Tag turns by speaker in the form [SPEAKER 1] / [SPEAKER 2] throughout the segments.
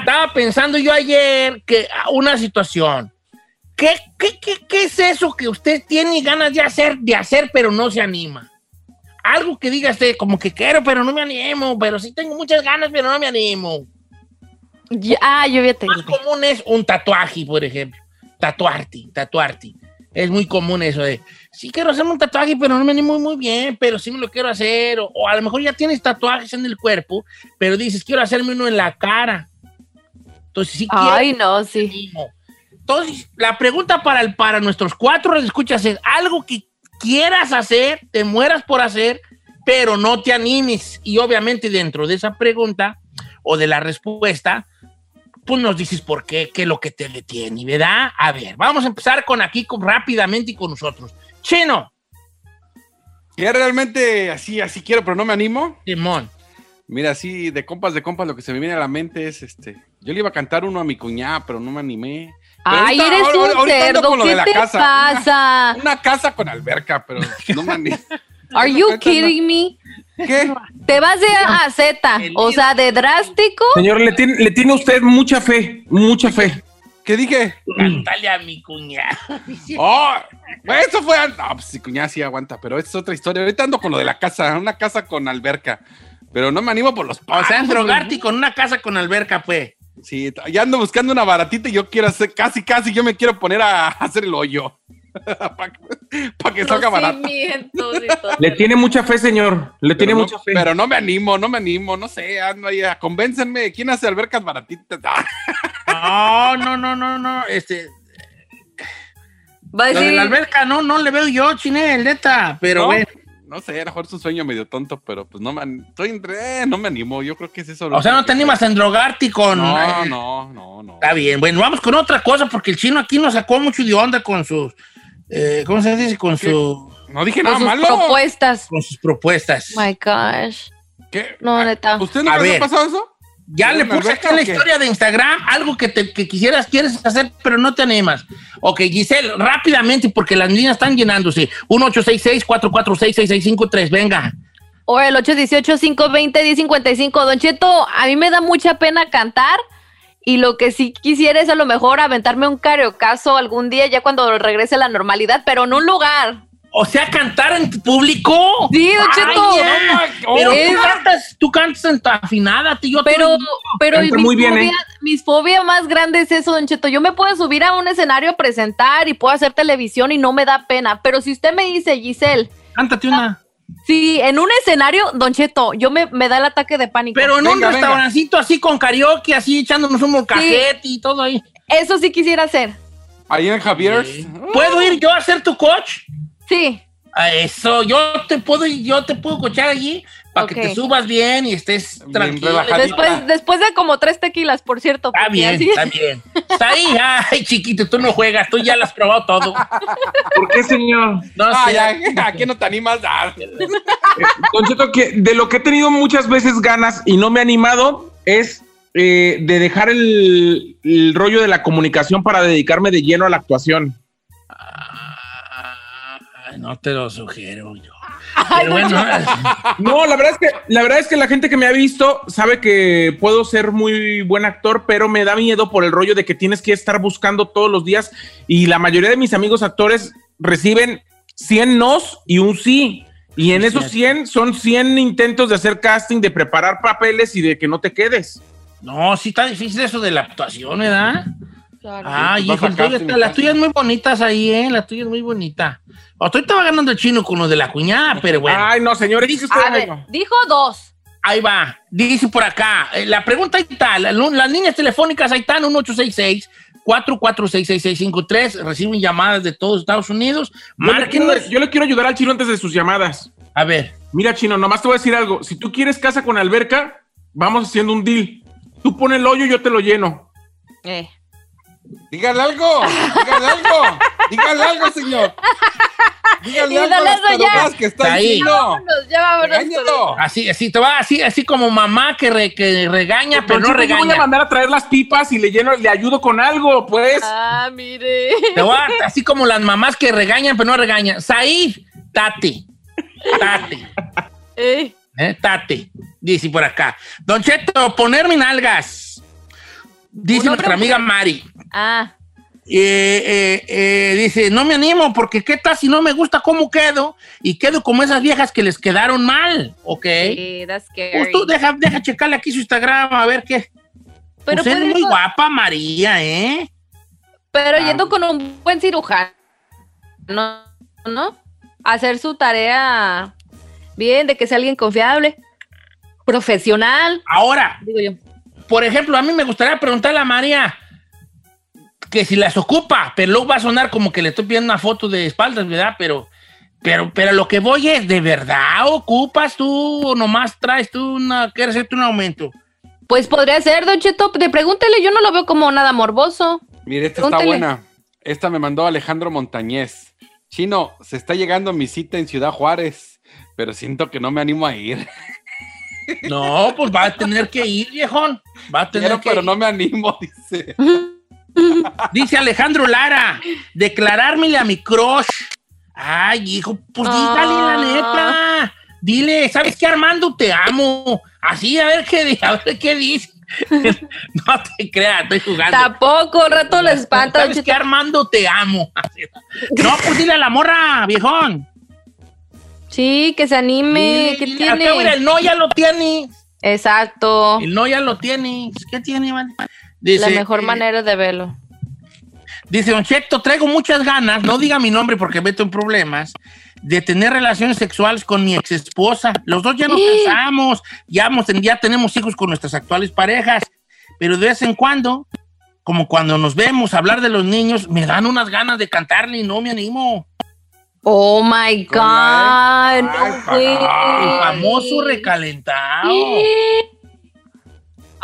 [SPEAKER 1] estaba pensando yo ayer que ah, una situación. ¿Qué, qué, qué, qué es eso que usted tiene ganas de hacer, de hacer, pero no se anima? Algo que diga usted, como que quiero, pero no me animo, pero sí tengo muchas ganas, pero no me animo.
[SPEAKER 2] Ya- ah, yo ya te
[SPEAKER 1] Más común es un tatuaje, por ejemplo. Tatuarte, tatuarte. Es muy común eso de, sí quiero hacerme un tatuaje, pero no me animo muy bien, pero sí me lo quiero hacer. O, o a lo mejor ya tienes tatuajes en el cuerpo, pero dices, quiero hacerme uno en la cara. Entonces sí quiero,
[SPEAKER 2] Ay, no, sí.
[SPEAKER 1] mismo. Entonces, la pregunta para, el, para nuestros cuatro escuchas es algo que quieras hacer, te mueras por hacer, pero no te animes. Y obviamente dentro de esa pregunta o de la respuesta, pues nos dices por qué, qué es lo que te detiene, ¿verdad? A ver, vamos a empezar con aquí con- rápidamente y con nosotros. Chino,
[SPEAKER 3] Ya realmente así, así quiero, pero no me animo.
[SPEAKER 1] Simón.
[SPEAKER 3] Mira, así de compas de compas, lo que se me viene a la mente es este. Yo le iba a cantar uno a mi cuñada, pero no me animé. Pero
[SPEAKER 2] Ay,
[SPEAKER 3] ahorita-
[SPEAKER 2] eres
[SPEAKER 3] ahor- ahor-
[SPEAKER 2] un
[SPEAKER 3] ahorita ando
[SPEAKER 2] cerdo.
[SPEAKER 3] con lo de
[SPEAKER 2] ¿Qué
[SPEAKER 3] la
[SPEAKER 2] te
[SPEAKER 3] casa.
[SPEAKER 2] pasa?
[SPEAKER 3] Una casa con alberca, pero no me animé.
[SPEAKER 2] Are you
[SPEAKER 3] Ahorita no.
[SPEAKER 2] kidding me?
[SPEAKER 3] ¿Qué?
[SPEAKER 2] Te vas de A a Z, o sea, de drástico.
[SPEAKER 4] Señor, le tiene, le tiene usted mucha fe, mucha fe.
[SPEAKER 3] ¿Qué dije?
[SPEAKER 1] Cántale a mi cuñada.
[SPEAKER 3] ¡Oh! Eso fue. an- No, pues si cuñada sí aguanta, pero esa es otra historia. Ahorita ando con lo de la casa, una casa con alberca. Pero no me animo por los
[SPEAKER 1] O
[SPEAKER 3] pasos.
[SPEAKER 1] sea, drogarte con una casa con alberca, pues.
[SPEAKER 3] Sí, t- ya ando buscando una baratita y yo quiero hacer, casi, casi, yo me quiero poner a hacer el hoyo. Para que salga barato.
[SPEAKER 2] Procedimientos y todo.
[SPEAKER 4] Le tiene mucha fe, señor. Le tiene
[SPEAKER 3] Pero no-
[SPEAKER 4] mucha fe.
[SPEAKER 3] Pero no me animo, no me animo, no sé, ando ahí, ah, convéncenme, ¿quién hace albercas baratitas? Ah,
[SPEAKER 1] No, no, no, no, no. Este,
[SPEAKER 2] Va a
[SPEAKER 1] Lo de
[SPEAKER 2] decir,
[SPEAKER 1] la alberca, no, no le veo yo, chinel, neta, pero
[SPEAKER 3] ¿no?
[SPEAKER 1] bueno.
[SPEAKER 3] No sé, a lo mejor es un sueño medio tonto, pero pues no me, an- estoy entre- eh, no me animo, yo creo que es eso. lo
[SPEAKER 1] O sea,
[SPEAKER 3] que-
[SPEAKER 1] no te animas a endrogarte con...
[SPEAKER 3] No, no, no, no.
[SPEAKER 1] Está bien, bueno, vamos con otra cosa, porque el chino aquí nos sacó mucho de onda con sus... eh, ¿Cómo se dice? Con, su,
[SPEAKER 3] No dije
[SPEAKER 2] con
[SPEAKER 3] nada
[SPEAKER 2] sus
[SPEAKER 3] malo.
[SPEAKER 2] propuestas.
[SPEAKER 1] con sus propuestas.
[SPEAKER 2] My gosh.
[SPEAKER 3] ¿Qué?
[SPEAKER 2] No, neta.
[SPEAKER 3] ¿Usted no
[SPEAKER 1] A
[SPEAKER 3] le
[SPEAKER 1] ver.
[SPEAKER 3] ha pasado eso?
[SPEAKER 1] Ya le
[SPEAKER 3] ¿Una
[SPEAKER 1] puse
[SPEAKER 3] alberca
[SPEAKER 1] acá en la
[SPEAKER 3] o qué?
[SPEAKER 1] historia de Instagram algo que, te, que quisieras, quieres hacer, pero no te animas. Ok, Giselle, rápidamente, porque las líneas están llenándose. 1-866-446-6653, venga.
[SPEAKER 2] O el 818-520-1055. Don Cheto, a mí me da mucha pena cantar. Y lo que sí quisiera es a lo mejor aventarme un cariocazo algún día, ya cuando regrese la normalidad, pero en un lugar.
[SPEAKER 1] O sea, cantar en público.
[SPEAKER 2] Sí, Don
[SPEAKER 1] Ay,
[SPEAKER 2] Cheto.
[SPEAKER 1] ya.
[SPEAKER 3] Oh,
[SPEAKER 1] Pero
[SPEAKER 2] Es-
[SPEAKER 1] tú cantas, tú cantas en tu afinada, tío. yo te
[SPEAKER 2] Pero,
[SPEAKER 1] lo-
[SPEAKER 2] pero
[SPEAKER 4] Canta
[SPEAKER 2] mis,
[SPEAKER 4] muy bien,
[SPEAKER 2] fobias,
[SPEAKER 1] ¿eh?
[SPEAKER 2] mis fobias más grandes es eso, Don Cheto. Yo me puedo subir a un escenario a presentar y puedo hacer televisión y no me da pena. Pero si usted me dice, Giselle,
[SPEAKER 1] Cántate una.
[SPEAKER 2] si en un escenario, Don Cheto, yo me, me da el ataque de pánico.
[SPEAKER 1] Pero en
[SPEAKER 3] Venga,
[SPEAKER 1] un
[SPEAKER 3] venga.
[SPEAKER 1] restaurancito así con karaoke, así echándonos un molcajete y todo ahí.
[SPEAKER 2] eso sí quisiera hacer.
[SPEAKER 3] Ahí en Javier's.
[SPEAKER 1] ¿Puedo ir yo a ser tu coach?
[SPEAKER 2] Sí.
[SPEAKER 1] A eso, yo te puedo, yo te puedo cochar allí para
[SPEAKER 2] Ok.
[SPEAKER 1] que te subas bien y estés
[SPEAKER 3] Bien
[SPEAKER 1] tranquilo.
[SPEAKER 3] relajadita.
[SPEAKER 2] Después, después de como tres tequilas, por cierto.
[SPEAKER 1] Está
[SPEAKER 2] porque
[SPEAKER 1] bien,
[SPEAKER 2] así-
[SPEAKER 1] está bien. Está ahí, ay, chiquito, tú no juegas, tú ya lo has probado todo.
[SPEAKER 4] ¿Por qué, señor?
[SPEAKER 1] No
[SPEAKER 3] Ay,
[SPEAKER 1] sé.
[SPEAKER 3] ay, ¿A qué no te animas? Ah,
[SPEAKER 4] Don Cheto, que de lo que he tenido muchas veces ganas y no me he animado es eh, de dejar el, el rollo de la comunicación para dedicarme de lleno a la actuación.
[SPEAKER 1] Ah, No te lo sugiero yo.
[SPEAKER 2] Ay,
[SPEAKER 1] Pero bueno,
[SPEAKER 4] No, la verdad es que la verdad es que la gente que me ha visto sabe que puedo ser muy buen actor, pero me da miedo por el rollo de que tienes que estar buscando todos los días y la mayoría de mis amigos actores reciben 100 nos y un sí. Y en
[SPEAKER 1] Sí,
[SPEAKER 4] esos
[SPEAKER 1] cierto.
[SPEAKER 4] 100 son 100 intentos de hacer casting, de preparar papeles y de que no te quedes.
[SPEAKER 1] no, sí está difícil eso de la actuación, ¿verdad?
[SPEAKER 2] claro.
[SPEAKER 1] Ay,
[SPEAKER 3] Vas
[SPEAKER 1] hijo,
[SPEAKER 3] a
[SPEAKER 1] el tuyo
[SPEAKER 3] casting,
[SPEAKER 1] está- la
[SPEAKER 3] casting.
[SPEAKER 1] tuya es muy bonitas ahí, ¿eh? La tuya es muy bonita. Ahorita estaba ganando el chino con lo de la cuñada, pero bueno.
[SPEAKER 4] Ay, no, señores, es que ustedes-
[SPEAKER 2] A ver, dijo dos.
[SPEAKER 1] Ahí va, dice por acá. eh, la pregunta ahí está. la- las líneas telefónicas ahí están, 1866-446-6653. Reciben llamadas de todos Estados Unidos.
[SPEAKER 4] yo, le quiero,
[SPEAKER 1] Márquenos.
[SPEAKER 4] yo le quiero ayudar al chino antes de sus llamadas.
[SPEAKER 1] A ver,
[SPEAKER 4] Mira, Chino, nomás te voy a decir algo. Si tú quieres casa con alberca, vamos haciendo un deal. Tú pones el hoyo, yo te lo lleno.
[SPEAKER 2] Eh.
[SPEAKER 3] Dígale algo, dígale algo, dígale algo, señor. Dígale
[SPEAKER 2] Y
[SPEAKER 3] algo a
[SPEAKER 2] dale
[SPEAKER 3] las
[SPEAKER 2] eso ya.
[SPEAKER 3] tarugadas que está
[SPEAKER 1] Ahí.
[SPEAKER 3] ahí. chino.
[SPEAKER 2] Vámonos, ya vámonos.
[SPEAKER 3] Regáñalo.
[SPEAKER 1] así, así te va, así, así como mamá que, re- que regaña, pero
[SPEAKER 4] Don
[SPEAKER 1] no
[SPEAKER 4] Chino, yo voy a
[SPEAKER 1] regaña.
[SPEAKER 4] mandar a traer las pipas y le lleno, le ayudo con algo, pues.
[SPEAKER 2] Ah, mire.
[SPEAKER 1] Te voy a- así como las mamás que regañan, pero no regañan. Said, tate. Tate.
[SPEAKER 2] Eh.
[SPEAKER 1] Eh, Tate, dice por acá. Don Cheto, ponerme nalgas. Dice
[SPEAKER 2] ¿Un
[SPEAKER 1] nuestra
[SPEAKER 2] hombre o
[SPEAKER 1] amiga
[SPEAKER 2] mujer?
[SPEAKER 1] Mari.
[SPEAKER 2] Ah,
[SPEAKER 1] Eh, eh, eh, dice, no me animo porque qué tal si no me gusta cómo quedo y quedo como esas viejas que les quedaron mal, ¿ok?
[SPEAKER 2] sí, eh, that's
[SPEAKER 1] Pues
[SPEAKER 2] scary.
[SPEAKER 1] tú deja, deja checarle aquí su Instagram a ver qué.
[SPEAKER 2] Pero,
[SPEAKER 1] Pues es
[SPEAKER 2] puede ir
[SPEAKER 1] muy
[SPEAKER 2] con-
[SPEAKER 1] guapa María, ¿eh?
[SPEAKER 2] pero
[SPEAKER 1] Ah.
[SPEAKER 2] yendo con un buen cirujano, ¿no? ¿no? Hacer su tarea bien, de que sea alguien confiable, profesional,
[SPEAKER 1] Ahora,
[SPEAKER 2] digo yo.
[SPEAKER 1] por ejemplo, a mí me gustaría preguntarle a María que si las ocupa, pero luego va a sonar como que le estoy pidiendo una foto de espaldas, ¿verdad? Pero, pero, pero lo que voy es, ¿de verdad ocupas tú o nomás traes tú una, quieres hacerte un aumento?
[SPEAKER 2] Pues podría ser, Don Cheto, de pregúntele, yo no lo veo como nada morboso.
[SPEAKER 3] Mire, esta
[SPEAKER 2] Pregúntele.
[SPEAKER 3] está buena. Esta me mandó Alejandro Montañez. Chino, se está llegando mi cita en Ciudad Juárez, pero siento que no me animo a ir.
[SPEAKER 1] No, pues va a tener que ir, viejón. Va a tener
[SPEAKER 3] Quiero,
[SPEAKER 1] que
[SPEAKER 3] pero
[SPEAKER 1] ir.
[SPEAKER 3] no me animo, dice.
[SPEAKER 1] Dice Alejandro Lara, declarármele a mi crush. Ay, hijo, pues di-
[SPEAKER 2] Ah.
[SPEAKER 1] dale la neta. Dile, ¿sabes qué, Armando? Te amo. Así, a ver qué, di- a ver qué dice. no te creas, estoy jugando.
[SPEAKER 2] Tampoco, al rato le pues, espanta, Don
[SPEAKER 1] ¿Sabes qué,
[SPEAKER 2] Cheto.
[SPEAKER 1] Armando? Te amo. no, pues dile a la morra, viejón.
[SPEAKER 2] Sí, que se anime,
[SPEAKER 1] Dile,
[SPEAKER 2] que
[SPEAKER 1] dile, al cabo, mira,
[SPEAKER 2] tiene.
[SPEAKER 1] el no ya lo tiene.
[SPEAKER 2] Exacto,
[SPEAKER 1] El no ya lo tiene. Pues, ¿Qué tiene, vale?
[SPEAKER 2] la
[SPEAKER 1] Dice,
[SPEAKER 2] mejor
[SPEAKER 1] eh,
[SPEAKER 2] manera de verlo.
[SPEAKER 1] Dice, Don Cheto, traigo muchas ganas, no diga mi nombre porque meto en problemas, de tener relaciones sexuales con mi ex esposa. Los dos ya nos
[SPEAKER 2] ¡Eh!
[SPEAKER 1] casamos, ya, hemos- ya tenemos hijos con nuestras actuales parejas, pero de vez en cuando, como cuando nos vemos hablar de los niños, me dan unas ganas de cantarle y no me animo.
[SPEAKER 2] Oh my
[SPEAKER 3] Con la
[SPEAKER 2] God,
[SPEAKER 3] ex.
[SPEAKER 2] no
[SPEAKER 3] Ay, caray.
[SPEAKER 1] El
[SPEAKER 2] güey.
[SPEAKER 1] famoso recalentado.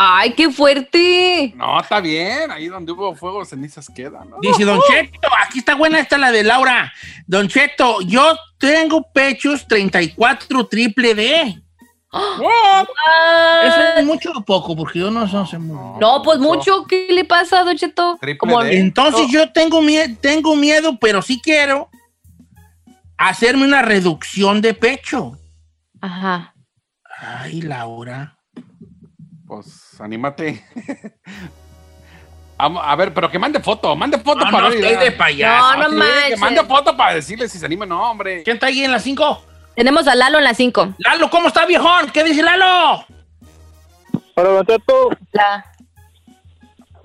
[SPEAKER 2] Ay, qué fuerte.
[SPEAKER 3] No, está bien. Ahí donde hubo fuego, cenizas quedan. ¿no?
[SPEAKER 1] Dice Don Cheto, aquí está buena esta la de Laura. Don Cheto, yo tengo pechos 34 triple D.
[SPEAKER 3] ¡Wow!
[SPEAKER 1] ¿Eso es
[SPEAKER 2] Ay,
[SPEAKER 1] mucho o poco? Porque yo no sé hace mucho.
[SPEAKER 2] Ah, No, pues mucho, ¿qué le pasa, Don Cheto?
[SPEAKER 3] Triple
[SPEAKER 2] Como-
[SPEAKER 3] D.
[SPEAKER 1] Entonces yo tengo, mie- tengo miedo, pero sí quiero hacerme una reducción de pecho.
[SPEAKER 2] Ajá.
[SPEAKER 1] Ay, Laura.
[SPEAKER 3] Pues anímate. Vamos, A ver, pero que mande foto, mande foto
[SPEAKER 1] Ah, No,
[SPEAKER 3] para
[SPEAKER 1] no,
[SPEAKER 3] ver. Ah,
[SPEAKER 1] usted de payaso.
[SPEAKER 2] No, no.
[SPEAKER 3] sí, Que
[SPEAKER 2] manches.
[SPEAKER 3] mande foto para decirle si se anima. No, hombre.
[SPEAKER 1] ¿Quién está ahí en las 5?
[SPEAKER 2] Tenemos a Lalo en las 5.
[SPEAKER 1] Lalo, ¿cómo está, viejón? ¿Qué dice Lalo?
[SPEAKER 5] Hola, Don Cheto.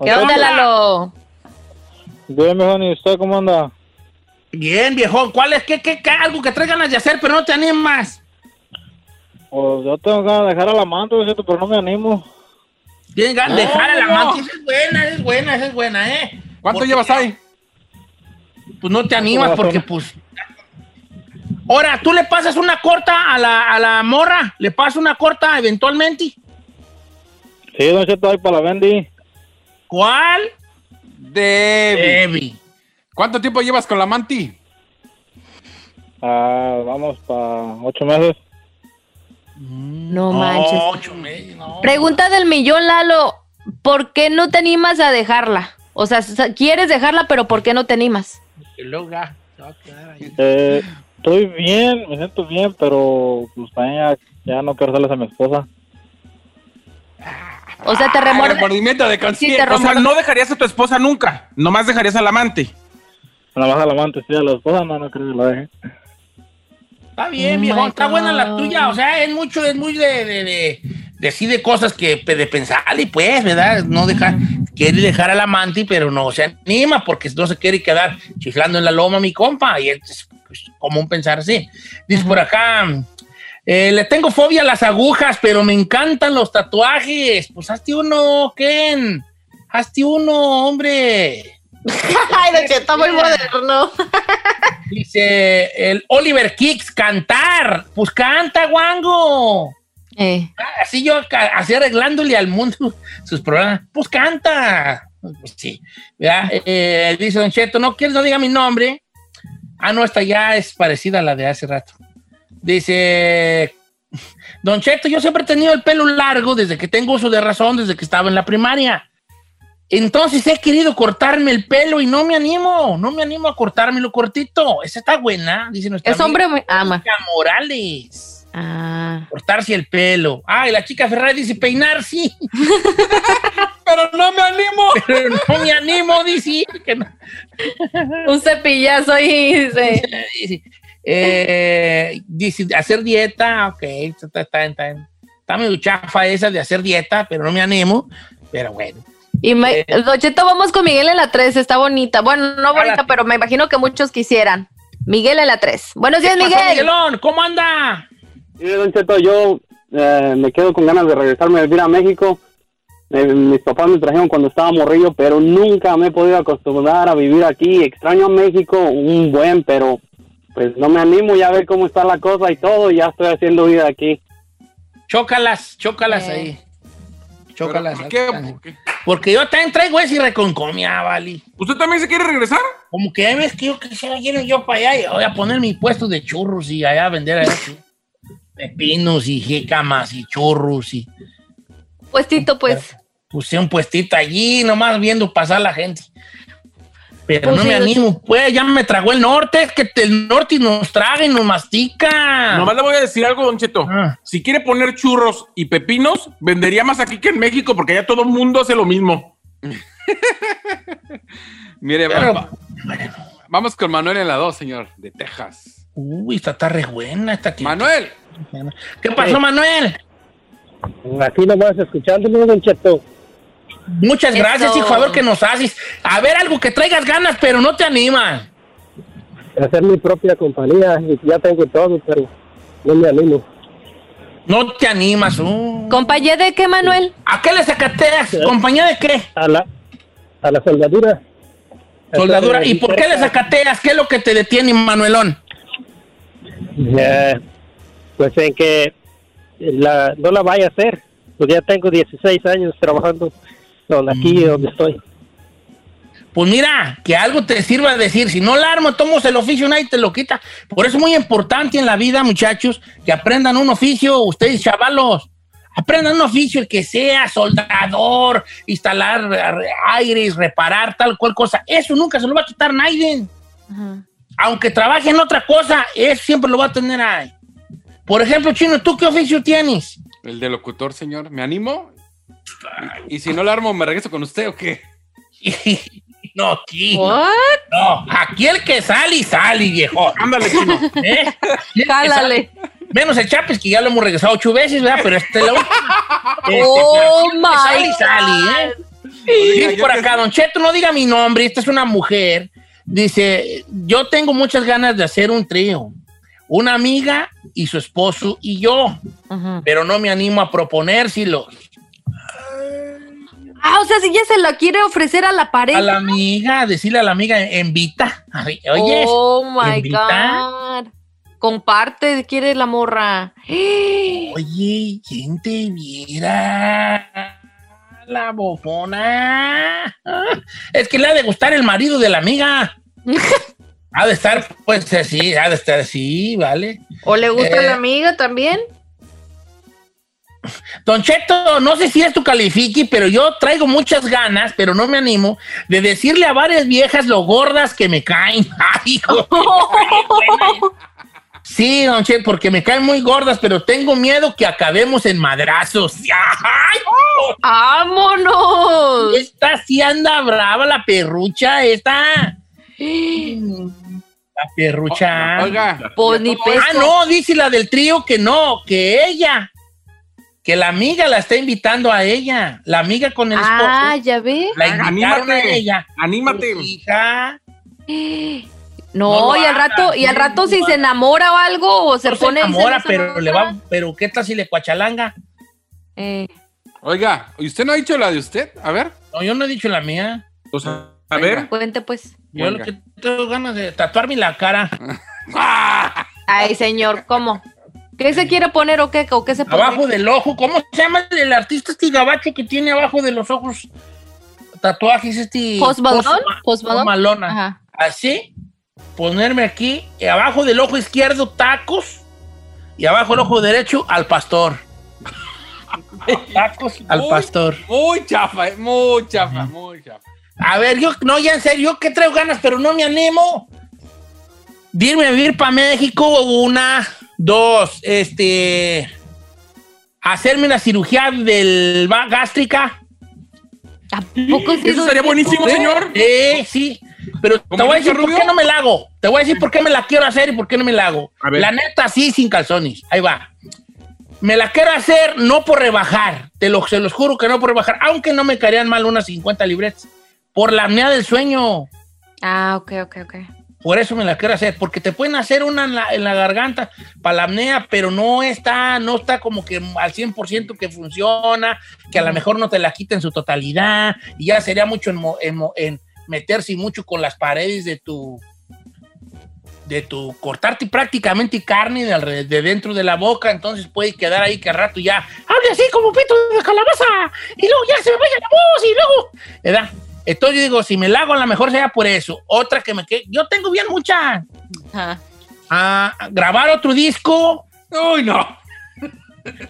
[SPEAKER 2] ¿Qué onda, Lalo?
[SPEAKER 5] Bien, mejor, ¿y usted cómo anda?
[SPEAKER 1] Bien, viejón. ¿Cuál es? ¿Qué, qué, qué? Algo que traes ganas de hacer, pero no te animas.
[SPEAKER 5] Pues yo tengo ganas de dejar al amante, Don Cheto, pero no me animo.
[SPEAKER 1] Tienes ganas de
[SPEAKER 3] No,
[SPEAKER 1] dejar a la
[SPEAKER 3] no.
[SPEAKER 1] mano. Esa es buena, esa es buena, esa es buena, ¿eh?
[SPEAKER 3] ¿Cuánto
[SPEAKER 1] Porque-
[SPEAKER 3] llevas ahí?
[SPEAKER 1] Pues no te animas porque pues... Ahora, ¿tú le pasas una corta a la, a la morra? ¿Le pasas una corta eventualmente?
[SPEAKER 5] Sí, Don Cheto, ahí para la Bendy.
[SPEAKER 1] ¿Cuál?
[SPEAKER 3] De.
[SPEAKER 1] Debbie.
[SPEAKER 3] ¿Cuánto tiempo llevas con la Manti?
[SPEAKER 5] Ah, vamos para ocho meses.
[SPEAKER 2] No manches.
[SPEAKER 1] ocho meses, no.
[SPEAKER 2] Pregunta del millón, Lalo. ¿Por qué no te animas a dejarla? O sea, s- quieres dejarla, pero ¿por qué no te animas?
[SPEAKER 1] Y luego ya, se va a quedar ahí.
[SPEAKER 5] Eh, estoy bien, me siento bien, pero pues también ya, ya no quiero darles a mi esposa.
[SPEAKER 2] O sea, te
[SPEAKER 3] Ah,
[SPEAKER 2] remuerde.
[SPEAKER 3] remordimiento de conciencia.
[SPEAKER 2] te
[SPEAKER 4] O sea, no dejarías a tu esposa nunca, nomás dejarías al amante.
[SPEAKER 5] Nada más al amante, sí, a la esposa no, no creo que la deje.
[SPEAKER 1] Está bien,
[SPEAKER 2] Oh
[SPEAKER 1] viejo.
[SPEAKER 2] my
[SPEAKER 1] Está buena la
[SPEAKER 2] God.
[SPEAKER 1] tuya. O sea, es mucho, es muy de, de, de, de así de cosas que pe- de pensar y pues, ¿verdad? No dejar, quiere dejar al amante, pero no se anima porque no se quiere quedar chiflando en la loma mi compa. Y es pues, común pensar así. Dice por acá. eh, le tengo fobia a las agujas, pero me encantan los tatuajes. Pues hazte uno, Ken. Hazte uno, hombre.
[SPEAKER 2] Ay, Don Cheto, muy moderno.
[SPEAKER 1] Dice el Oliver Kicks, cantar. Pues canta, guango.
[SPEAKER 2] Eh.
[SPEAKER 1] Así yo, ca- así arreglándole al mundo sus problemas. Pues canta. Pues sí. ¿verdad? Eh, dice Don Cheto, no quieres, no diga mi nombre. Ah, no, esta ya es parecida a la de hace rato. Dice, Don Cheto, yo siempre he tenido el pelo largo desde que tengo uso de razón, desde que estaba en la primaria. Entonces he querido cortarme el pelo y no me animo, no me animo a cortármelo cortito. Esa está buena, dice nuestra
[SPEAKER 2] Es hombre, o mu- ama.
[SPEAKER 1] amiga Morales.
[SPEAKER 2] Ah.
[SPEAKER 1] Cortarse el pelo. Ay, la chica Ferrari dice peinar, sí.
[SPEAKER 3] Pero no me animo.
[SPEAKER 1] pero no me animo a decir que no.
[SPEAKER 2] Un cepillazo y dice,
[SPEAKER 1] Dice, eh, dice, hacer dieta, ok, está, está- está- está- está medio chafa esa de hacer dieta, pero no me animo, pero bueno.
[SPEAKER 2] Y me,
[SPEAKER 1] Eh.
[SPEAKER 2] Don Cheto, vamos con Miguel en la 3, está bonita. Bueno, no bonita,
[SPEAKER 1] Ahora-
[SPEAKER 2] pero me imagino que muchos quisieran. Miguel en la 3. Buenos días,
[SPEAKER 1] ¿Qué pasó,
[SPEAKER 2] Miguel.
[SPEAKER 1] Miguelón? ¿Cómo anda?
[SPEAKER 6] Mire, Don Cheto, yo eh, me quedo con ganas de regresarme a vivir a México. Eh, mis papás me trajeron cuando estaba morrillo, pero nunca me he podido acostumbrar a vivir aquí. Extraño a México un buen, pero pues no me animo ya a ver cómo está la cosa y todo. y Ya estoy haciendo vida aquí.
[SPEAKER 1] Chócalas, chócalas
[SPEAKER 2] Eh.
[SPEAKER 1] ahí. Chócalas.
[SPEAKER 3] Pero, ¿Por qué?
[SPEAKER 1] alcanza.
[SPEAKER 3] ¿Por qué?
[SPEAKER 1] Porque yo también traigo ese y reconcomia, vale.
[SPEAKER 4] ¿Usted también se quiere regresar?
[SPEAKER 1] Como que ya ves que yo quisiera ir yo para allá y voy a poner mi puesto de churros y allá a vender allá, sí. pepinos y jícamas y churros y
[SPEAKER 2] Puestito, pues.
[SPEAKER 1] puse un puestito allí, nomás viendo pasar la gente. Pero
[SPEAKER 2] Pues
[SPEAKER 1] no
[SPEAKER 2] sí,
[SPEAKER 1] me
[SPEAKER 2] don
[SPEAKER 1] animo, pues, ya me tragó el norte, es que el norte nos traga y nos
[SPEAKER 3] Ah.
[SPEAKER 1] mastica.
[SPEAKER 4] Nomás le voy a decir algo, Don Cheto.
[SPEAKER 1] Ah.
[SPEAKER 4] Si quiere poner churros y pepinos, vendería más aquí que en México, porque ya todo el mundo hace lo mismo.
[SPEAKER 3] Mire, va-
[SPEAKER 1] Pero-
[SPEAKER 3] va- vamos con Manuel en la 2, señor, de Texas.
[SPEAKER 1] Uy, esta está re buena esta que-
[SPEAKER 3] Manuel,
[SPEAKER 1] ¿Qué pasó, Manuel?
[SPEAKER 6] Aquí nomás escuchándome, Don Cheto.
[SPEAKER 1] Muchas
[SPEAKER 2] Eso.
[SPEAKER 1] gracias, hijo, a ver qué nos haces. A ver, algo que traigas ganas, pero no te anima.
[SPEAKER 6] Hacer mi propia compañía. Ya tengo todo, pero no me animo.
[SPEAKER 1] No te animas. uh.
[SPEAKER 2] ¿Compañía de qué, Manuel?
[SPEAKER 1] ¿A qué le sacateas? ¿Compañía de qué?
[SPEAKER 6] A la, a la soldadura.
[SPEAKER 1] Soldadura. ¿Y por qué le sacateas? ¿Qué es lo que te detiene, Manuelón?
[SPEAKER 6] Eh, pues en que la, no la vaya a hacer. Pues ya tengo 16 años trabajando donde aquí
[SPEAKER 1] Mm.
[SPEAKER 6] donde estoy.
[SPEAKER 1] Pues mira, que algo te sirva decir, si no la armo, tomos el oficio, nadie te lo quita. Por eso es muy importante en la vida, muchachos, que aprendan un oficio, ustedes chavalos. Aprendan un oficio, el que sea, soldador, instalar ar- aires, reparar, tal cual cosa. Eso nunca se lo va a quitar nadie.
[SPEAKER 2] Ajá.
[SPEAKER 1] Aunque trabaje en otra cosa, eso siempre lo va a tener ahí. Por ejemplo, Chino, ¿tú qué oficio tienes?
[SPEAKER 3] el de locutor, señor, ¿me animo? Y, y si no lo armo, ¿me regreso con usted o qué?
[SPEAKER 1] no, Chino,
[SPEAKER 2] What?
[SPEAKER 1] no. Aquí el que sale y sale, viejo.
[SPEAKER 4] Ándale, chino.
[SPEAKER 1] ¿Eh? Aquí el que sale
[SPEAKER 2] Cálale.
[SPEAKER 1] Menos el Chapis, que ya lo hemos regresado ocho veces, ¿verdad? Pero este es la última. Este,
[SPEAKER 2] Oh,
[SPEAKER 1] pero-
[SPEAKER 2] my
[SPEAKER 1] Sali, Sali, ¿eh?
[SPEAKER 3] Oiga,
[SPEAKER 1] Dice
[SPEAKER 3] yo
[SPEAKER 1] por
[SPEAKER 3] que-
[SPEAKER 1] acá, Don Cheto, no diga mi nombre, esta es una mujer. Dice, yo tengo muchas ganas de hacer un trío. Una amiga y su esposo y yo,
[SPEAKER 2] Ajá.
[SPEAKER 1] pero no me animo a proponérselo.
[SPEAKER 2] Ah, o sea, si ya se la quiere ofrecer a la pareja.
[SPEAKER 1] A la amiga, decirle a la amiga, invita. Ay, Oye,
[SPEAKER 2] Oh my
[SPEAKER 1] ¿Invita?
[SPEAKER 2] God. Comparte, quiere la morra.
[SPEAKER 1] oye, ¿quién te viera? La bofona. Es que le ha de gustar el marido de la amiga. ha de estar, pues así, ha de estar así, ¿vale?
[SPEAKER 2] ¿O le gusta
[SPEAKER 1] Eh.
[SPEAKER 2] la amiga también?
[SPEAKER 1] Don Cheto, no sé si esto califique, pero yo traigo muchas ganas, pero no me animo, de decirle a varias viejas lo gordas que me caen. Ay, hijo. Sí, Don Cheto, porque me caen muy gordas, pero tengo miedo que acabemos en madrazos. ¡Ay!
[SPEAKER 2] ¡Vámonos!
[SPEAKER 1] Esta sí anda brava, la perrucha, esta. La perrucha.
[SPEAKER 3] Oiga,
[SPEAKER 2] Pues ni peso.
[SPEAKER 1] Ah, no, dice la del trío que no, que ella. Que la amiga la está invitando a ella. La amiga con el esposo.
[SPEAKER 2] Ah, ya ve.
[SPEAKER 1] La invitaron
[SPEAKER 4] anímate.
[SPEAKER 1] a ella.
[SPEAKER 4] Anímate.
[SPEAKER 1] Pues, hija,
[SPEAKER 2] No,
[SPEAKER 1] No lo
[SPEAKER 2] y al
[SPEAKER 1] hagas,
[SPEAKER 2] rato, y al
[SPEAKER 1] no,
[SPEAKER 2] rato
[SPEAKER 1] no
[SPEAKER 2] si
[SPEAKER 1] lo
[SPEAKER 2] se
[SPEAKER 1] hagas.
[SPEAKER 2] enamora o algo, o se
[SPEAKER 1] no se
[SPEAKER 2] pone.
[SPEAKER 1] enamora,
[SPEAKER 2] celosa,
[SPEAKER 1] pero
[SPEAKER 2] ¿no?
[SPEAKER 1] le va, pero qué tal si le cuachalanga.
[SPEAKER 2] Eh,
[SPEAKER 3] oiga, ¿y usted no ha dicho la de usted? A ver.
[SPEAKER 1] No, yo no he dicho la mía.
[SPEAKER 4] O sea, a ver.
[SPEAKER 2] cuente pues.
[SPEAKER 1] Yo
[SPEAKER 3] Venga.
[SPEAKER 1] lo que tengo ganas de tatuarme la cara.
[SPEAKER 2] Ay, señor, ¿cómo? ¿Qué se quiere poner o qué, o qué se pone?
[SPEAKER 1] abajo del ojo. ¿Cómo se llama el artista este gabacho que tiene abajo de los ojos tatuajes este?
[SPEAKER 2] Post Malone,
[SPEAKER 1] Post Ma-
[SPEAKER 2] Post Malone.
[SPEAKER 1] Malone.
[SPEAKER 2] Ajá.
[SPEAKER 1] Así, ponerme aquí, y abajo del ojo izquierdo tacos y abajo del ojo derecho al pastor. tacos al
[SPEAKER 3] Uy.
[SPEAKER 1] pastor.
[SPEAKER 3] Muy chafa, eh, muy chafa, muy chafa.
[SPEAKER 1] A ver, yo, no, ya en serio, yo que traigo ganas, pero no me animo. De irme a vivir para México, una, dos, este, hacerme una cirugía del va- gástrica,
[SPEAKER 2] Tampoco sí
[SPEAKER 4] Eso
[SPEAKER 2] soy-
[SPEAKER 4] estaría buenísimo, señor.
[SPEAKER 1] Eh, sí. Pero te
[SPEAKER 4] ¿Cómo
[SPEAKER 1] voy a
[SPEAKER 4] dice
[SPEAKER 1] decir por
[SPEAKER 4] Rubio?
[SPEAKER 1] qué no me la hago. Te voy a decir por qué me la quiero hacer y por qué no me la hago.
[SPEAKER 4] A ver.
[SPEAKER 1] La neta, sí, sin calzones. Ahí va. Me la quiero hacer no por rebajar. Te lo, se los juro que no por rebajar. Aunque no me caerían mal unas 50 libretas. Por la apnea del sueño.
[SPEAKER 2] Ah, ok, ok, ok.
[SPEAKER 1] Por eso me la quiero hacer. Porque te pueden hacer una en la, en la garganta para la apnea, pero no está, no está como que al 100% que funciona. Que a lo mejor no te la quita en su totalidad. Y ya sería mucho en, mo- en mo- en meterse mucho con las paredes de tu de tu cortarte prácticamente carne de, alre- de dentro de la boca, entonces puede quedar ahí que al rato ya hable así como pito de calabaza y luego ya se me vaya la voz y luego, ¿verdad? Entonces yo digo, si me la hago, a lo mejor sea por eso. Otra que me que yo tengo bien mucha.
[SPEAKER 2] Ajá.
[SPEAKER 1] Ah, grabar otro disco.
[SPEAKER 3] Uy, no.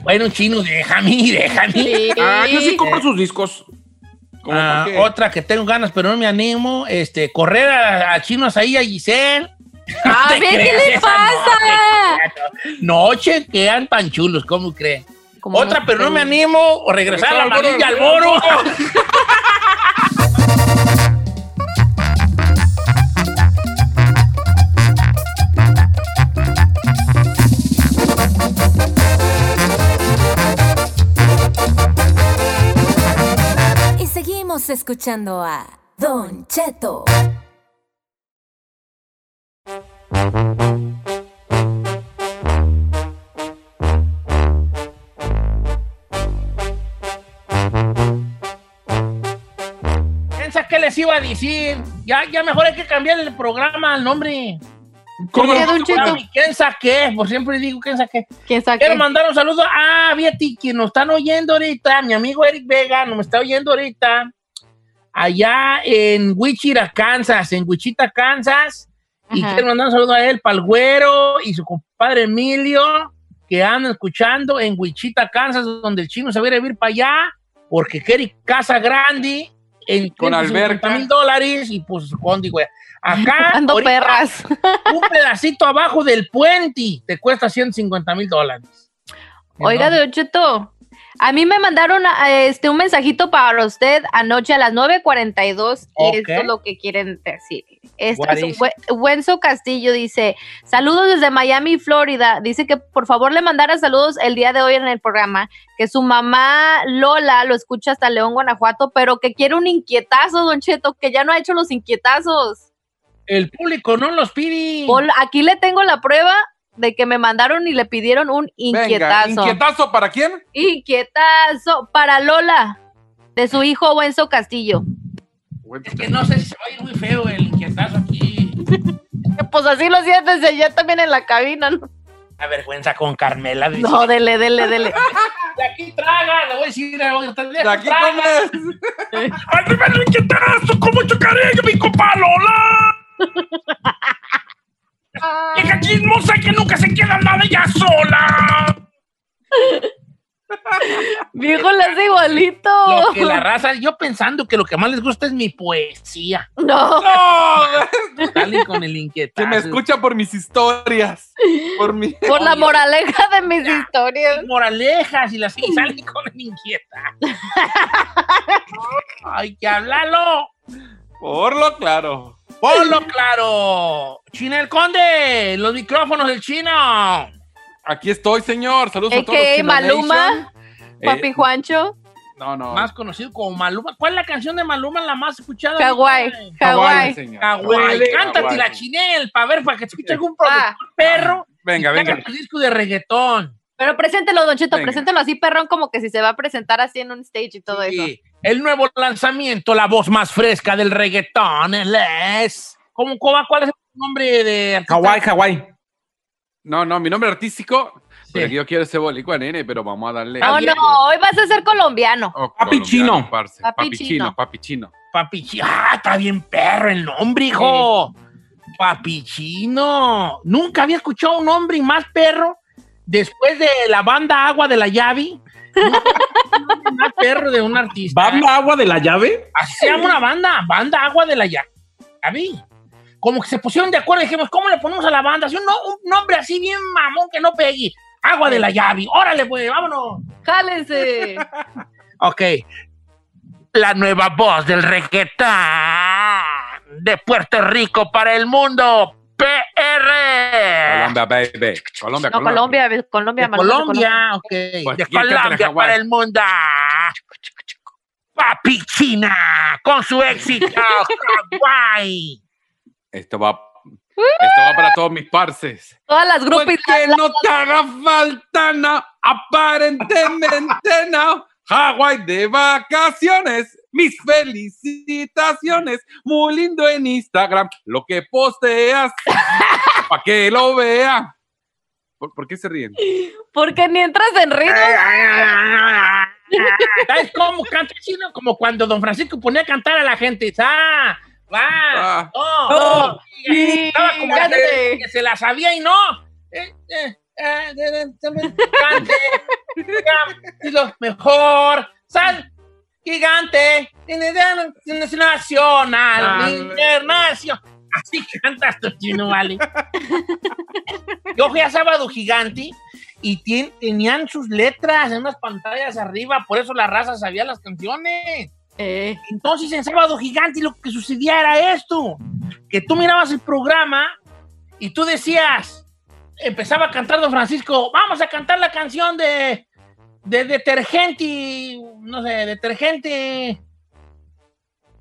[SPEAKER 1] Bueno, chino, déjame, déjame.
[SPEAKER 2] Sí.
[SPEAKER 4] Ah, yo sí compro sus discos.
[SPEAKER 3] ¿Cómo
[SPEAKER 1] Ah,
[SPEAKER 3] por qué?
[SPEAKER 1] otra que tengo ganas, pero no me animo. Este, correr a, a Chino ahí a Giselle.
[SPEAKER 2] A
[SPEAKER 1] te
[SPEAKER 2] ver, ¿qué
[SPEAKER 1] creas,
[SPEAKER 2] le
[SPEAKER 1] esa no,
[SPEAKER 2] pasa?
[SPEAKER 1] Noche quedan tan chulos, ¿cómo creen?
[SPEAKER 2] Como
[SPEAKER 1] Otra,
[SPEAKER 2] no
[SPEAKER 1] pero no
[SPEAKER 2] sé.
[SPEAKER 1] me animo, o regresar a la amarilla al moro.
[SPEAKER 7] Y seguimos escuchando a Don Cheto.
[SPEAKER 1] Piensa que les iba a decir. Ya, ya mejor hay que cambiar el programa al nombre.
[SPEAKER 4] ¿Cómo?
[SPEAKER 2] ¿Qué, Don Cheto?
[SPEAKER 1] ¿Quién saqué? Por siempre digo, ¿quién saqué?
[SPEAKER 2] ¿Quién sabe
[SPEAKER 1] Quiero
[SPEAKER 2] qué?
[SPEAKER 1] mandar un saludo a Betty, quien nos están oyendo ahorita. Mi amigo Eric Vega nos está oyendo ahorita. Allá en Wichita, Kansas, en Wichita, Kansas. Y
[SPEAKER 2] Ajá.
[SPEAKER 1] quiero mandar un saludo a él, Palgüero y su compadre Emilio, que andan escuchando en Wichita, Kansas, donde el chino se va a ir a vivir para allá, porque quiere casa grande en
[SPEAKER 3] Con alberca.
[SPEAKER 1] mil dólares y pues, ¿dónde, güey? Acá,
[SPEAKER 2] Ando
[SPEAKER 1] ahorita,
[SPEAKER 2] perras.
[SPEAKER 1] un pedacito abajo del puente te cuesta 150 mil dólares.
[SPEAKER 2] Oiga,
[SPEAKER 1] Entonces,
[SPEAKER 2] Don Cheto, a mí me mandaron a- a este, un mensajito para usted anoche a las 9.42
[SPEAKER 1] Ok.
[SPEAKER 2] y esto es lo que quieren decir. Esto
[SPEAKER 1] What
[SPEAKER 2] es
[SPEAKER 1] is
[SPEAKER 2] Wen- Wenzo Castillo dice, saludos desde Miami, Florida. Dice que por favor le mandara saludos el día de hoy en el programa, que su mamá Lola lo escucha hasta León, Guanajuato, pero que quiere un inquietazo, Don Cheto, que ya no ha hecho los inquietazos.
[SPEAKER 1] el público no los pide.
[SPEAKER 2] Pol- Aquí le tengo la prueba de que me mandaron y le pidieron un
[SPEAKER 3] Venga,
[SPEAKER 2] inquietazo.
[SPEAKER 3] inquietazo para quién?
[SPEAKER 2] Inquietazo para Lola, de su hijo Wenzo Castillo.
[SPEAKER 1] Es que no sé si se va a ir muy feo el inquietazo aquí.
[SPEAKER 2] Pues así lo sientes ya también en la cabina, ¿no?
[SPEAKER 1] La vergüenza con Carmela. dice,
[SPEAKER 2] No, dele, dele, dele.
[SPEAKER 1] De aquí traga, le voy a decir. le voy a estar-
[SPEAKER 3] ¿De aquí
[SPEAKER 1] traga.
[SPEAKER 3] comes?
[SPEAKER 1] ¡Ándeme el inquietazo! ¿Cómo chocaré yo mi copa Lola?
[SPEAKER 2] Ah.
[SPEAKER 1] Llega chismosa que nunca se queda nada ya sola.
[SPEAKER 2] Viejo, le hace igualito.
[SPEAKER 1] Lo que la raza, yo pensando que lo que más les gusta es mi poesía.
[SPEAKER 2] No,
[SPEAKER 3] ¡No!
[SPEAKER 1] Dale con el inquietazo.
[SPEAKER 3] Que me escucha por mis historias. Por mi.
[SPEAKER 2] por la moraleja de mis historias.
[SPEAKER 1] moralejas y las que salen con el inquieta. Hay que hablarlo.
[SPEAKER 3] Por lo claro.
[SPEAKER 1] Ponlo claro. China el Conde, los micrófonos del chino.
[SPEAKER 3] Aquí estoy, señor. Saludos a todos.
[SPEAKER 2] A.K.A.
[SPEAKER 3] Chino
[SPEAKER 2] Maluma,
[SPEAKER 3] Nation. Eh,
[SPEAKER 2] Papi Juancho,
[SPEAKER 3] no, no.
[SPEAKER 1] Más conocido como Maluma. ¿Cuál es la canción de Maluma la más escuchada?
[SPEAKER 2] Hawái, Hawái.
[SPEAKER 3] señor.
[SPEAKER 1] Kawaii. Cántate la
[SPEAKER 3] Hawái.
[SPEAKER 1] chinel para ver, para que escuche algún
[SPEAKER 2] Ah.
[SPEAKER 1] productor perro.
[SPEAKER 3] Venga,
[SPEAKER 1] que haga
[SPEAKER 3] venga.
[SPEAKER 1] tu disco de reggaetón.
[SPEAKER 2] Pero preséntelo, Don Cheto,
[SPEAKER 3] Venga.
[SPEAKER 2] preséntelo así, perrón, como que si se va a presentar así en un stage y todo eso.
[SPEAKER 1] Sí. El nuevo lanzamiento, la voz más fresca del reggaetón, él es. ¿Cómo, cómo va? ¿Cuál es el nombre de artista?
[SPEAKER 4] Hawái, Hawái.
[SPEAKER 3] No, no, mi nombre artístico.
[SPEAKER 1] Sí.
[SPEAKER 3] Porque yo quiero ser boricua, nene, pero vamos a darle.
[SPEAKER 2] No,
[SPEAKER 1] bien.
[SPEAKER 2] no, hoy vas a ser colombiano.
[SPEAKER 3] Ah, Oh,
[SPEAKER 4] Papi
[SPEAKER 3] colombiano,
[SPEAKER 4] chino.
[SPEAKER 3] parce.
[SPEAKER 2] Papi
[SPEAKER 3] Papi
[SPEAKER 2] chino.
[SPEAKER 3] chino, papi chino.
[SPEAKER 1] Papichino. Ah, está bien perro el nombre, hijo. Papichino. Nunca había escuchado un nombre más perro después de la banda Agua de la Llave. Nunca había escuchado un nombre más perro de un artista.
[SPEAKER 3] Ah.
[SPEAKER 4] ¿Bamba agua de la llave?
[SPEAKER 1] Así se llama una banda, banda Agua de la Llave. Como que se pusieron de acuerdo y dijimos, ¿cómo le ponemos a la banda? Así un, no- un nombre así bien mamón que no pegue. Agua de la Llave. Órale, pues, vámonos.
[SPEAKER 2] Jálense.
[SPEAKER 1] Ok. la nueva voz del reggaetón de Puerto Rico para el mundo. PR.
[SPEAKER 3] Colombia, baby. Colombia,
[SPEAKER 2] No,
[SPEAKER 3] Colombia.
[SPEAKER 2] Colombia, Colombia,
[SPEAKER 1] De
[SPEAKER 2] Manolo,
[SPEAKER 1] Colombia, ok.
[SPEAKER 3] Pues,
[SPEAKER 1] De
[SPEAKER 3] ya cántale,
[SPEAKER 1] Colombia
[SPEAKER 3] Hawái.
[SPEAKER 1] para el mundo. Papi China con su éxito Hawaii.
[SPEAKER 3] Esto va, esto va para todos mis parces.
[SPEAKER 2] Todas las
[SPEAKER 3] Pues
[SPEAKER 2] grupos
[SPEAKER 3] que no te haga falta nada, aparentemente nada. Hawái de vacaciones, mis felicitaciones, muy lindo en Instagram, lo que posteas, para que lo vea. ¿Por, por qué se ríen?
[SPEAKER 2] porque ni entras en ritmo.
[SPEAKER 4] Eh.
[SPEAKER 1] ¿Sabes cómo canta el chino? Como cuando don Francisco ponía a cantar a la gente. ¡Ah! ¡Va!
[SPEAKER 3] Ah.
[SPEAKER 1] ¡No! no,
[SPEAKER 2] Oh, sí,
[SPEAKER 1] oh, Estaba como
[SPEAKER 2] cállate.
[SPEAKER 1] que, que se la sabía y no. Eh, eh, ah, de- de- de- Cante. Y lo mejor. Sal. Gigante.
[SPEAKER 4] Ah,
[SPEAKER 2] Ah,
[SPEAKER 1] Nacional. Internacional. Así cantas tú, chino, vale. Yo fui a Sábado Gigante y tien- tenían sus letras en unas pantallas arriba, por eso la raza sabía las canciones.
[SPEAKER 2] Eh,
[SPEAKER 1] Entonces en Sábado Gigante lo que sucedía era esto, que tú mirabas el programa y tú decías, empezaba a cantar Don Francisco, vamos a cantar la canción de, de detergente, no sé, detergente,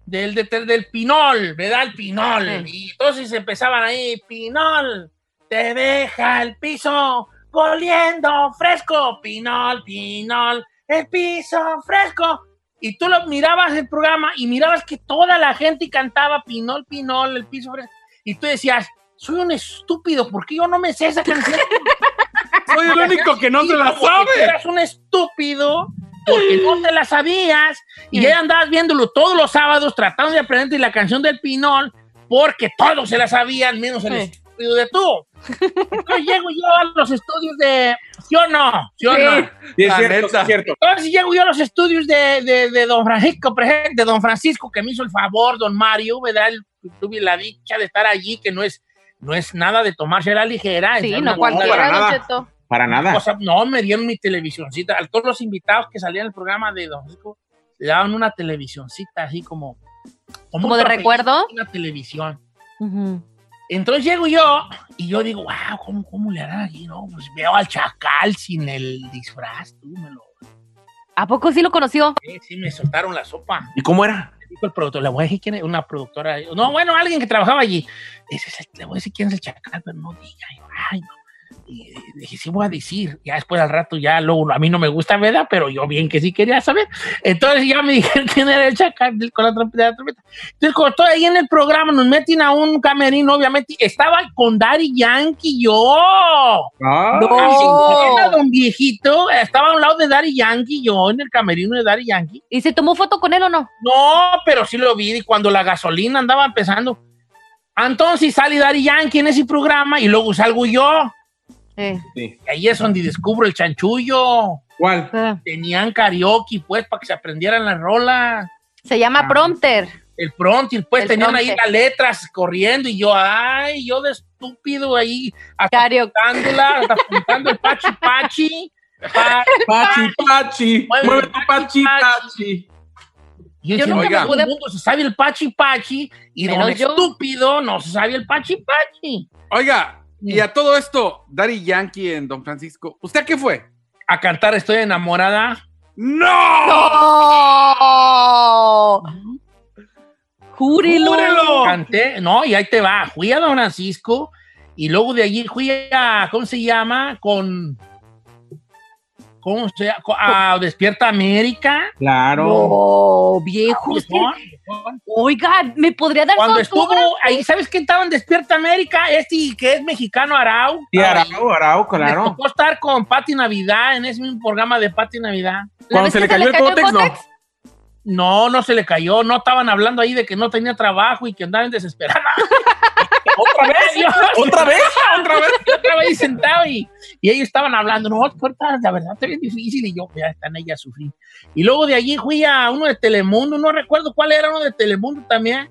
[SPEAKER 1] del, deter- del pinol, ¿verdad? El pinol. Y entonces empezaban ahí, pinol, te deja el piso oliendo fresco, pinol, pinol, el piso fresco. Y tú lo mirabas el programa y mirabas que toda la gente cantaba pinol, pinol, el piso fresco. Y tú decías, soy un estúpido, ¿por qué yo no me sé esa canción?
[SPEAKER 3] Soy el único que no se la
[SPEAKER 1] Sí, porque tú
[SPEAKER 3] sabe.
[SPEAKER 1] Eras un estúpido porque no te la sabías y ya andabas viéndolo todos los sábados tratando de aprenderte la canción del Pinol porque todos se la sabían, menos el
[SPEAKER 2] Sí.
[SPEAKER 1] estúpido de tú. Entonces llego yo a los estudios de... ¿Sí o no? ¿Sí o
[SPEAKER 2] Sí.
[SPEAKER 1] no?
[SPEAKER 4] Sí, es
[SPEAKER 3] La
[SPEAKER 4] cierto,
[SPEAKER 3] neta.
[SPEAKER 4] es cierto.
[SPEAKER 1] Entonces llego yo a los estudios de, de- de don Francisco, por ejemplo, de don Francisco, que me hizo el favor, don Mario, ¿verdad? Tuve la dicha de estar allí, que no es, no es nada de tomarse a la ligera.
[SPEAKER 2] sí,
[SPEAKER 1] es
[SPEAKER 2] no
[SPEAKER 1] una-
[SPEAKER 2] cualquiera,
[SPEAKER 4] para
[SPEAKER 2] Don
[SPEAKER 4] nada.
[SPEAKER 2] Cheto.
[SPEAKER 4] Para nada.
[SPEAKER 1] o sea, no, me dieron mi televisioncita. A todos los invitados que salían del programa de Don Francisco le daban una televisioncita así como.
[SPEAKER 2] ¿Como
[SPEAKER 1] un
[SPEAKER 2] de
[SPEAKER 1] trofeo,
[SPEAKER 2] recuerdo?
[SPEAKER 1] Una televisión.
[SPEAKER 2] Ujú.
[SPEAKER 1] Entonces llego yo y yo digo, wow, ¿cómo, cómo le harán aquí? No, pues veo al chacal sin el disfraz. Tú me lo.
[SPEAKER 2] ¿A poco sí lo conoció?
[SPEAKER 1] eh, sí, me soltaron la sopa.
[SPEAKER 4] ¿Y cómo era?
[SPEAKER 1] Le dijo el productor, le voy a decir quién es una productora. No, bueno, alguien que trabajaba allí. Dice, "Sí, le voy a decir quién es el chacal, pero no diga. Y yo, ay, no. Y eh, le dije, sí voy a decir. Ya después al rato, ya luego, a mí no me gusta, ¿verdad? Pero yo bien que sí quería saber. Entonces ya me dijeron quién era el chacal del- con la trompeta. la trompeta. Entonces, cuando estoy ahí en el programa, nos meten a un camerino, obviamente. Estaba con Daddy Yankee yo.
[SPEAKER 3] Ah,
[SPEAKER 1] Así, era don viejito. Estaba a un lado de Daddy Yankee yo, en el camerino de Daddy Yankee.
[SPEAKER 2] ¿Y se tomó foto con él o no?
[SPEAKER 1] No, pero sí lo vi cuando la gasolina andaba empezando. Entonces sale Dari Yankee en ese programa y luego salgo yo.
[SPEAKER 2] Eh,
[SPEAKER 1] Y ahí es donde descubro el chanchullo.
[SPEAKER 4] ¿Cuál?
[SPEAKER 2] eh.
[SPEAKER 1] Tenían karaoke, pues, para que se aprendieran las rolas.
[SPEAKER 2] Se
[SPEAKER 4] Ah.
[SPEAKER 2] llama Prompter.
[SPEAKER 1] El prontil, pues,
[SPEAKER 2] El
[SPEAKER 1] tenían ahí
[SPEAKER 2] prompter.
[SPEAKER 1] las letras corriendo y yo, ay, yo de estúpido ahí, hasta
[SPEAKER 2] Cario.
[SPEAKER 1] apuntándola, hasta apuntando el pachi pachi. Pa-
[SPEAKER 4] Pachi, pachi.
[SPEAKER 1] Mueve
[SPEAKER 4] Mueve
[SPEAKER 1] tu
[SPEAKER 4] tu pachi,
[SPEAKER 1] pachi.
[SPEAKER 4] pachi.
[SPEAKER 1] Yo,
[SPEAKER 2] Yo
[SPEAKER 1] decía,
[SPEAKER 3] nunca me
[SPEAKER 1] oiga, todo
[SPEAKER 2] pude-
[SPEAKER 1] el mundo se sabe el pachi pachi y
[SPEAKER 2] Menos
[SPEAKER 1] don
[SPEAKER 2] yo.
[SPEAKER 1] estúpido no se sabe el pachi pachi.
[SPEAKER 3] Oiga, y a todo esto, Daddy Yankee en Don Francisco, ¿usted a qué fue?
[SPEAKER 1] a cantar Estoy enamorada.
[SPEAKER 3] ¡No!
[SPEAKER 2] ¡No! ¡Júrelo!
[SPEAKER 1] Canté, no, y ahí te va. Fui a Don Francisco y luego de allí fui a, ¿cómo se llama? Con, ¿cómo se llama? Co- A Despierta América.
[SPEAKER 4] Claro.
[SPEAKER 2] ¡No, viejo! usted-
[SPEAKER 1] Con-
[SPEAKER 2] Oiga, ¿me podría dar
[SPEAKER 1] Cuando
[SPEAKER 2] su
[SPEAKER 1] estuvo
[SPEAKER 2] autógrafo?
[SPEAKER 1] ahí, ¿sabes quién estaba en Despierta América? Este que es mexicano, Arau.
[SPEAKER 4] Sí,
[SPEAKER 1] Estaba ahí.
[SPEAKER 4] Arau, Arau,
[SPEAKER 1] Me
[SPEAKER 4] claro.
[SPEAKER 1] tocó estar con Pati Navidad en ese mismo programa de Pati Navidad.
[SPEAKER 2] ¿La
[SPEAKER 4] Cuando
[SPEAKER 2] vez
[SPEAKER 4] se
[SPEAKER 2] que
[SPEAKER 4] le cayó el cótex, no.
[SPEAKER 2] cótex?
[SPEAKER 1] No, no se le cayó. No estaban hablando ahí de que no tenía trabajo y que andaban desesperadas. ¿Otra vez?
[SPEAKER 4] ¿Otra vez?
[SPEAKER 1] otra vez, yo estaba ahí sentado y, y ellos estaban hablando, no, puerta, la verdad está bien difícil y yo, pues, ya están ellas sufrí. Y luego de allí fui a uno de Telemundo, no recuerdo cuál era uno de Telemundo también.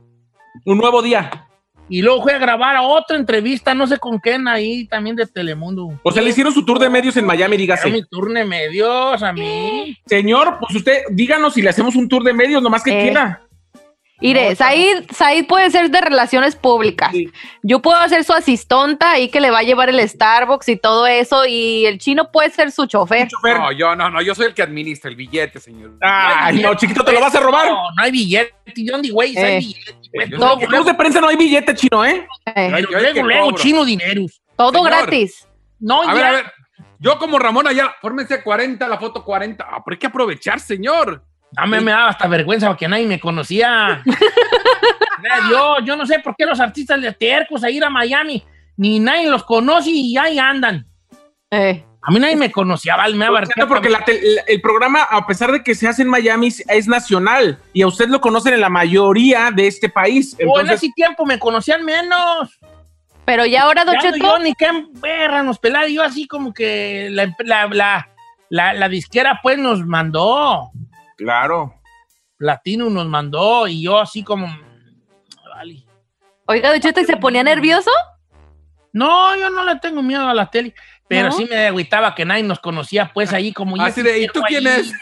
[SPEAKER 4] Un nuevo día.
[SPEAKER 1] Y luego fue a grabar a otra entrevista, no sé con quién ahí, también de Telemundo.
[SPEAKER 4] O sea, le hicieron su tour de medios en Miami,
[SPEAKER 1] Era mi
[SPEAKER 4] dígase.
[SPEAKER 1] turno, me Dios, a mí.
[SPEAKER 4] Señor, pues usted, díganos si le hacemos un tour de medios, nomás que
[SPEAKER 2] Eh.
[SPEAKER 4] quiera.
[SPEAKER 2] Mire, Said, Said puede ser de relaciones públicas. Yo puedo ser su asistonta ahí que le va a llevar el Starbucks y todo eso. Y el chino puede ser su chofer.
[SPEAKER 4] Fer.
[SPEAKER 3] No, yo no, no, yo soy el que administra el billete, señor.
[SPEAKER 4] Ay, no, chiquito, te lo vas a robar.
[SPEAKER 1] No, no hay billete. ¿Dónde, güey?
[SPEAKER 2] Eh.
[SPEAKER 1] Hay billete. pues,
[SPEAKER 3] Yo
[SPEAKER 1] luego,
[SPEAKER 4] En clubes de prensa no hay billete chino, ¿eh?
[SPEAKER 2] Eh,
[SPEAKER 1] luego,
[SPEAKER 3] yo es el que
[SPEAKER 1] luego, luego,
[SPEAKER 3] cobro.
[SPEAKER 1] chino dineros.
[SPEAKER 2] todo
[SPEAKER 3] señor.
[SPEAKER 2] gratis.
[SPEAKER 1] No, ya.
[SPEAKER 2] Oh,
[SPEAKER 3] A ver, a ver. Yo como Ramón allá, fórmense 40, la foto 40. Ah, pero hay que aprovechar, señor.
[SPEAKER 1] A mí me daba hasta vergüenza porque nadie me conocía. Gracias a Dios, yo no sé por qué los artistas de tercos a ir a Miami, ni nadie los conoce y ahí andan.
[SPEAKER 2] Eh,
[SPEAKER 1] A mí nadie me conocía, vale, me daba vergüenza.
[SPEAKER 4] Porque la tel- la- el programa, a pesar de que se hace en Miami, es nacional. Y a usted lo conocen en la mayoría de este país.
[SPEAKER 1] O en
[SPEAKER 4] Entonces,
[SPEAKER 1] ese tiempo me conocían menos.
[SPEAKER 2] Pero ya ahora, Don
[SPEAKER 1] Ya ando yo
[SPEAKER 2] Cheto,
[SPEAKER 1] ni qué perra nos pelaba. Yo así como que la, emp- la, la, la- la disquera pues nos mandó.
[SPEAKER 4] claro.
[SPEAKER 1] Platino nos mandó y yo así como... Vale.
[SPEAKER 2] oiga, Don Cheto, ¿y se ponía nervioso?
[SPEAKER 1] No, yo no le tengo miedo a la tele, pero
[SPEAKER 2] ¿No?
[SPEAKER 1] sí me agüitaba que nadie nos conocía pues ahí como... yo
[SPEAKER 3] Así de, ¿y tú
[SPEAKER 1] viejo
[SPEAKER 3] quién
[SPEAKER 1] ahí.
[SPEAKER 3] es?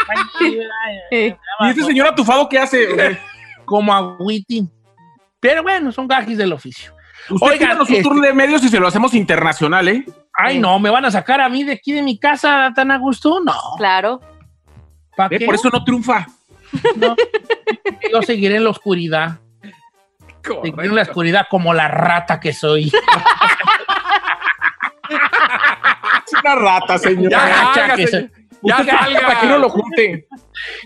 [SPEAKER 2] Eh,
[SPEAKER 4] ¿Y este señor atufado qué hace?
[SPEAKER 1] como agüitín. Pero bueno, son gajes del oficio.
[SPEAKER 4] Usted
[SPEAKER 1] Oigan,
[SPEAKER 4] pídanos un
[SPEAKER 1] este-
[SPEAKER 4] tour de medios y se lo hacemos internacional, ¿eh?
[SPEAKER 1] Ay, no, me van a sacar a mí de aquí de mi casa tan a gusto. No.
[SPEAKER 2] claro.
[SPEAKER 1] ¿Para
[SPEAKER 4] Eh,
[SPEAKER 1] qué?
[SPEAKER 4] Por eso no triunfa.
[SPEAKER 1] No. Yo seguiré en la oscuridad. Seguiré en la
[SPEAKER 3] Correcto.
[SPEAKER 1] oscuridad como la rata que soy.
[SPEAKER 4] Es una rata, señor.
[SPEAKER 3] Ya,
[SPEAKER 1] gacha
[SPEAKER 3] salga,
[SPEAKER 1] que
[SPEAKER 3] señor.
[SPEAKER 4] Usted
[SPEAKER 3] ya
[SPEAKER 4] está
[SPEAKER 3] salga.
[SPEAKER 4] para que no lo junte.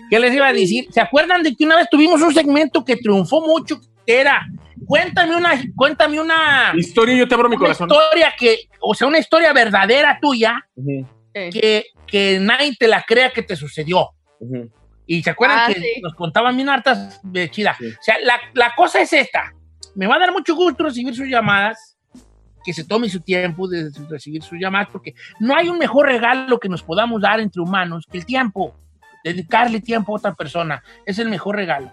[SPEAKER 1] ¿Qué les iba a decir? ¿Se acuerdan de que una vez tuvimos un segmento que triunfó mucho? Que era, cuéntame una, cuéntame una,
[SPEAKER 4] Historia, yo te abro mi
[SPEAKER 1] una
[SPEAKER 4] corazón.
[SPEAKER 1] historia que, o sea, una historia verdadera tuya
[SPEAKER 2] Eh.
[SPEAKER 1] que, que nadie te la crea que te sucedió. Y se acuerdan
[SPEAKER 2] Ah,
[SPEAKER 1] que
[SPEAKER 2] sí.
[SPEAKER 1] nos contaban bien hartas de chida. O sea, la, la cosa es esta. Me va a dar mucho gusto recibir sus llamadas, que se tome su tiempo de recibir sus llamadas, porque no hay un mejor regalo que nos podamos dar entre humanos que el tiempo. Dedicarle tiempo a otra persona es el mejor regalo.